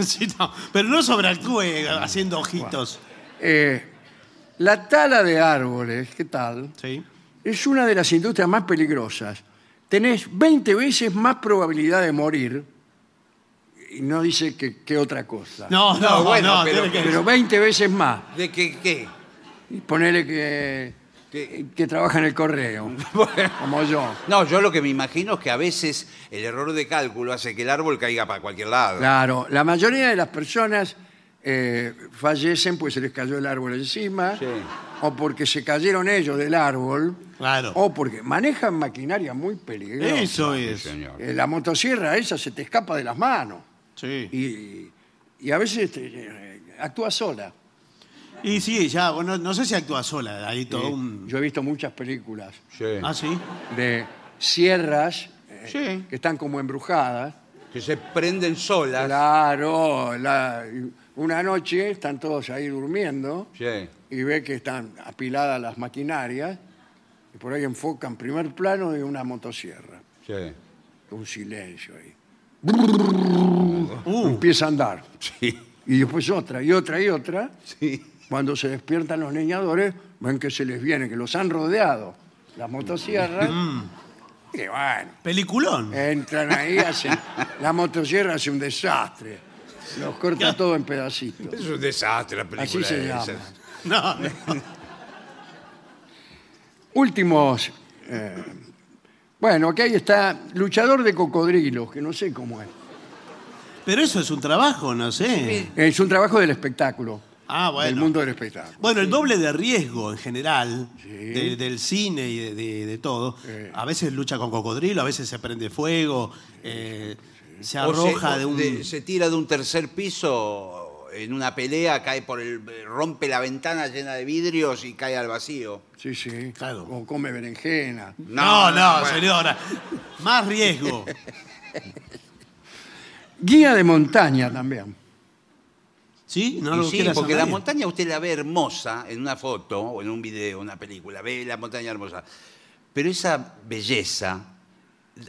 Sí, no, pero no sobreactúe haciendo ojitos. Eh, la tala de árboles, ¿qué tal? Sí. Es una de las industrias más peligrosas. Tenés 20 veces más probabilidad de morir. Y no dice que, que otra cosa. No, no, No, bueno, no, pero- tiene que- Pero 20 veces más. ¿De qué? qué? y ponele que, Que- que trabaja en el correo, como yo. No, yo lo que me imagino es que a veces el error de cálculo hace que el árbol caiga para cualquier lado. Claro, la mayoría de las personas eh, fallecen pues se les cayó el árbol encima, Sí. o porque se cayeron ellos del árbol, Claro. o porque manejan maquinaria muy peligrosa. Eso Sí, es. señor. Eh, la motosierra esa se te escapa de las manos Sí. y, y a veces te- eh, actúa sola. Y sí, ya, bueno, no sé si actúa sola, ahí todo un... Eh, Yo he visto muchas películas Sí. Ah, sí. de sierras eh, Sí. que están como embrujadas. Que se prenden solas. Claro, la- una noche están todos ahí durmiendo Sí. y ve que están apiladas las maquinarias y por ahí enfocan primer plano de una motosierra. Sí. Un silencio ahí. Uh, Empieza a andar. Sí. Y después otra, y otra, y otra. Sí. Cuando se despiertan los leñadores, ven que se les viene, que los han rodeado las motosierras. y bueno, peliculón. Eh. entran ahí, hacen, la motosierra hace un desastre. Los corta todo en pedacitos. Es un desastre la película. Así se esa. llama. No, no. Últimos. eh, bueno, aquí ahí está luchador de cocodrilos, que no sé cómo es. Pero eso es un trabajo, no sé. Es un trabajo del espectáculo. Ah, bueno. Del mundo del espectáculo. Bueno, el doble de riesgo en general, Sí. de- del cine y de, de- de todo. Eh. A veces lucha con cocodrilo, a veces se prende fuego, eh, se O se- arroja o de un... de- se tira de un tercer piso en una pelea, cae por el. rompe la ventana llena de vidrios y cae al vacío. Sí, sí. Claro. O come berenjena. No, no, bueno. señora. Más riesgo. Guía de montaña también. ¿Sí? No Y lo sí, quieras a porque la nadie. montaña usted la ve hermosa en una foto o en un video, una película, ve la montaña hermosa. Pero esa belleza,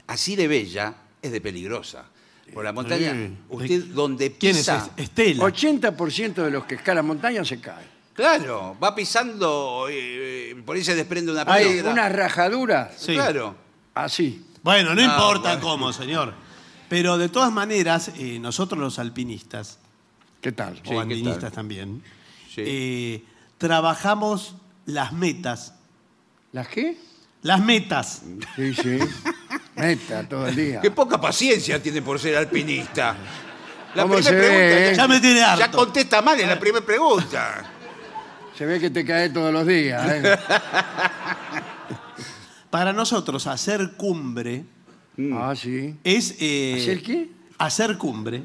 así de bella, es de peligrosa. Por la montaña, Sí. usted donde pisa... ¿Quién es? este? Es- Estela. 80% de los que escalan montaña se caen. Claro, va pisando, eh, eh, por ahí se desprende Ah, una Hay piedra. unas rajaduras Sí. Claro. así. Bueno, no Ah, importa bueno. cómo, señor. Pero de todas maneras, eh, nosotros los alpinistas, ¿Qué tal? Sí, o ¿qué andinistas tal? también, Sí. eh, trabajamos las metas. ¿Las qué? Las metas. Sí, sí. Meta todo el día. Qué poca paciencia tiene por ser alpinista. La ¿Cómo primera se ve, eh? pregunta. Ya me tiene harto. Ya contesta mal en la primera pregunta. Se ve que te caes todos los días. ¿eh? Para nosotros, hacer cumbre ah, sí. es... eh, ¿Hacer qué? Hacer cumbre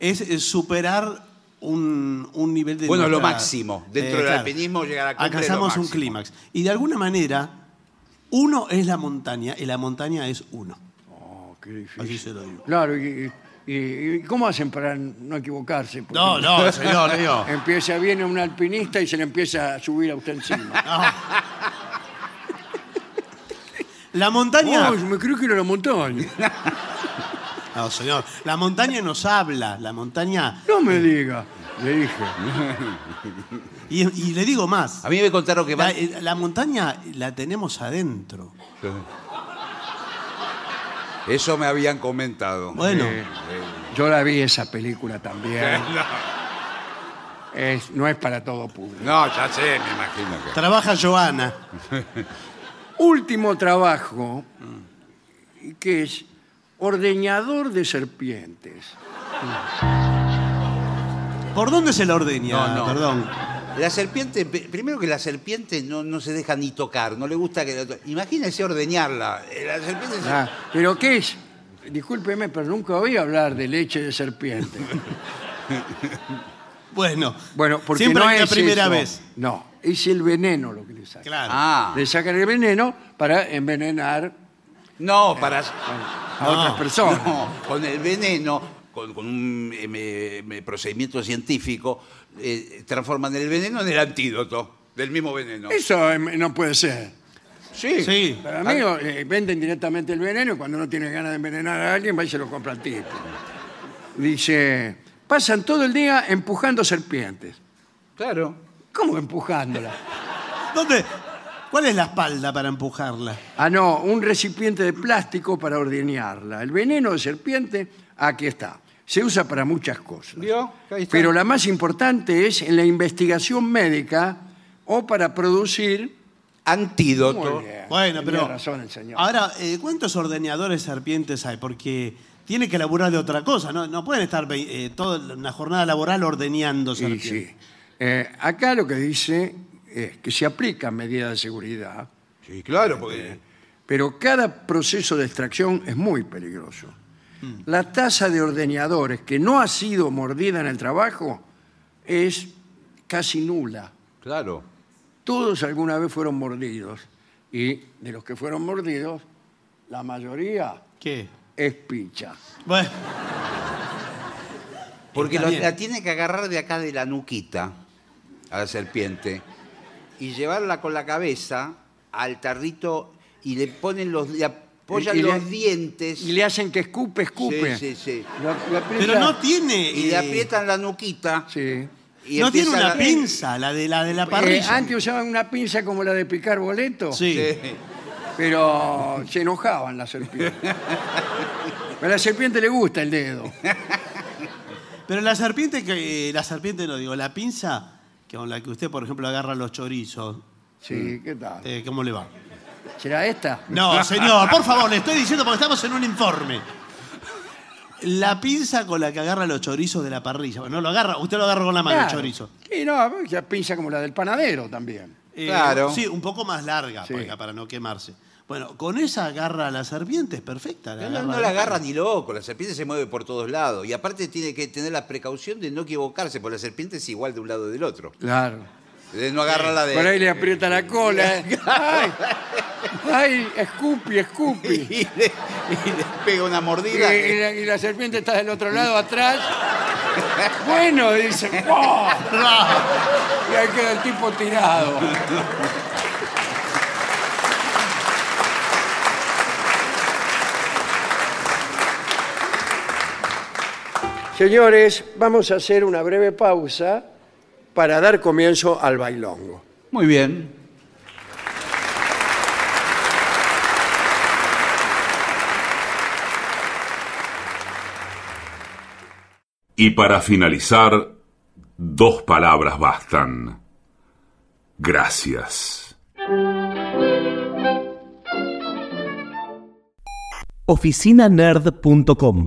es eh, superar un, un nivel de... Bueno, lo nuestra- máximo. Dentro del alpinismo, llegar a la cumbre es lo Alcanzamos un máximo. clímax. Y de alguna manera, uno es la montaña y la montaña es uno. Oh, qué difícil. Así se lo digo. Claro, y, y- y ¿cómo hacen para no equivocarse? Porque No, no, señor, digo. Empieza, viene un alpinista y se le empieza a subir a usted encima. No. La montaña... Oh, yo me creo que era la montaña. No, señor. La montaña nos habla. La montaña... No me diga, le dije. Y, y le digo más. A mí me contaron que La, van... eh, la montaña la tenemos adentro. eh. Eso me habían comentado. Bueno, Yo la vi esa película también. Es- no es para todo público. No, ya sé, me imagino que. trabaja Joana. Último trabajo, Mm. que es ordeñador de serpientes. ¿Por dónde se la ordeña? No, no. Perdón. La serpiente, pe- primero que la serpiente no, no se deja ni tocar, no le gusta que la to- Imagínense ordeñarla. Eh, La serpiente se- Ah, ¿Pero qué es? Discúlpeme, pero nunca oí hablar de leche de serpiente. Bueno, Bueno, porque siempre no es es la primera eso. vez. No, es el veneno lo que le sacan. Claro. Ah, Le sacan el veneno para envenenar no, para. a Ah. No, otras personas. no, con el veneno, con, con un eh, me- me- procedimiento científico, eh, transforman el veneno en el antídoto del mismo veneno. Eso eh, no puede ser. Sí. Sí. Ah. Para mí eh, venden directamente el veneno y cuando no tiene ganas de envenenar a alguien va y se lo compra al tipo. Dice, pasan todo el día empujando serpientes. Claro. ¿Cómo empujándolas? ¿Dónde? ¿Cuál es la espalda para empujarla? Ah, no, un recipiente de plástico para ordeñarla. El veneno de serpiente, aquí está. Se usa para muchas cosas. ¿Vio? Ahí está. Pero la más importante es en la investigación médica o para producir... Antídoto. Muy bien, Bueno, tenía pero. razón el señor. Ahora, eh, ¿cuántos ordeñadores serpientes hay? Porque tiene que laburar de otra cosa, ¿no? No pueden estar ve- eh, toda una jornada laboral ordeñando Y serpientes. sí. Eh, acá lo que dice es que se aplican medidas de seguridad, Sí, claro, porque pero cada proceso de extracción es muy peligroso. Mm. La tasa de ordeñadores que no ha sido mordida en el trabajo es casi nula. claro. Todos alguna vez fueron mordidos y de los que fueron mordidos, la mayoría ¿Qué? es picha. Bueno, Porque Está lo- bien. la tiene que agarrar de acá de la nuquita a la serpiente y llevarla con la cabeza al tarrito y le ponen los le apoyan Y- y le- los dientes Y le hacen que escupe, escupe. Sí, sí, sí. Lo- lo pero aprieta- no tiene. y le eh, aprietan la nuquita Sí. y no tiene empieza una la- pinza, la de la, de la Eh, parrilla. antes usaban una pinza como la de picar boleto. sí. Sí. Pero se enojaban las serpientes. A la serpiente le gusta el dedo. Pero la serpiente, que, eh, la serpiente no digo, la pinza que con la que usted, por ejemplo, agarra los chorizos, Mm. Sí, ¿qué tal? eh, ¿cómo le va? ¿Será esta? No, señor, por favor, le estoy diciendo porque estamos en un informe. La pinza con la que agarra los chorizos de la parrilla. Bueno, No lo agarra, usted lo agarra con la mano, el Claro. chorizo. Sí, no, ya pinza como la del panadero también. Eh, Claro. Sí, un poco más larga pues, Sí. para, para no quemarse. Bueno, con esa agarra a la serpiente, es perfecta. No, no, no de- la agarra ni loco, la serpiente se mueve por todos lados y aparte tiene que tener la precaución de no equivocarse, porque la serpiente es igual de un lado y del otro. Claro. De no agarrarla de Por ahí le aprieta la cola. ¡Ay! ¡Ay! ¡Escupi, escupi! y, le, y le pega una Y, mordida. y la, y la serpiente está del otro lado, atrás. Bueno, dice. ¡oh! Y ahí queda el tipo tirado. Señores, vamos a hacer una breve pausa para dar comienzo al bailongo. Muy bien. Y para finalizar, dos palabras bastan. Gracias. oficinanerd.com.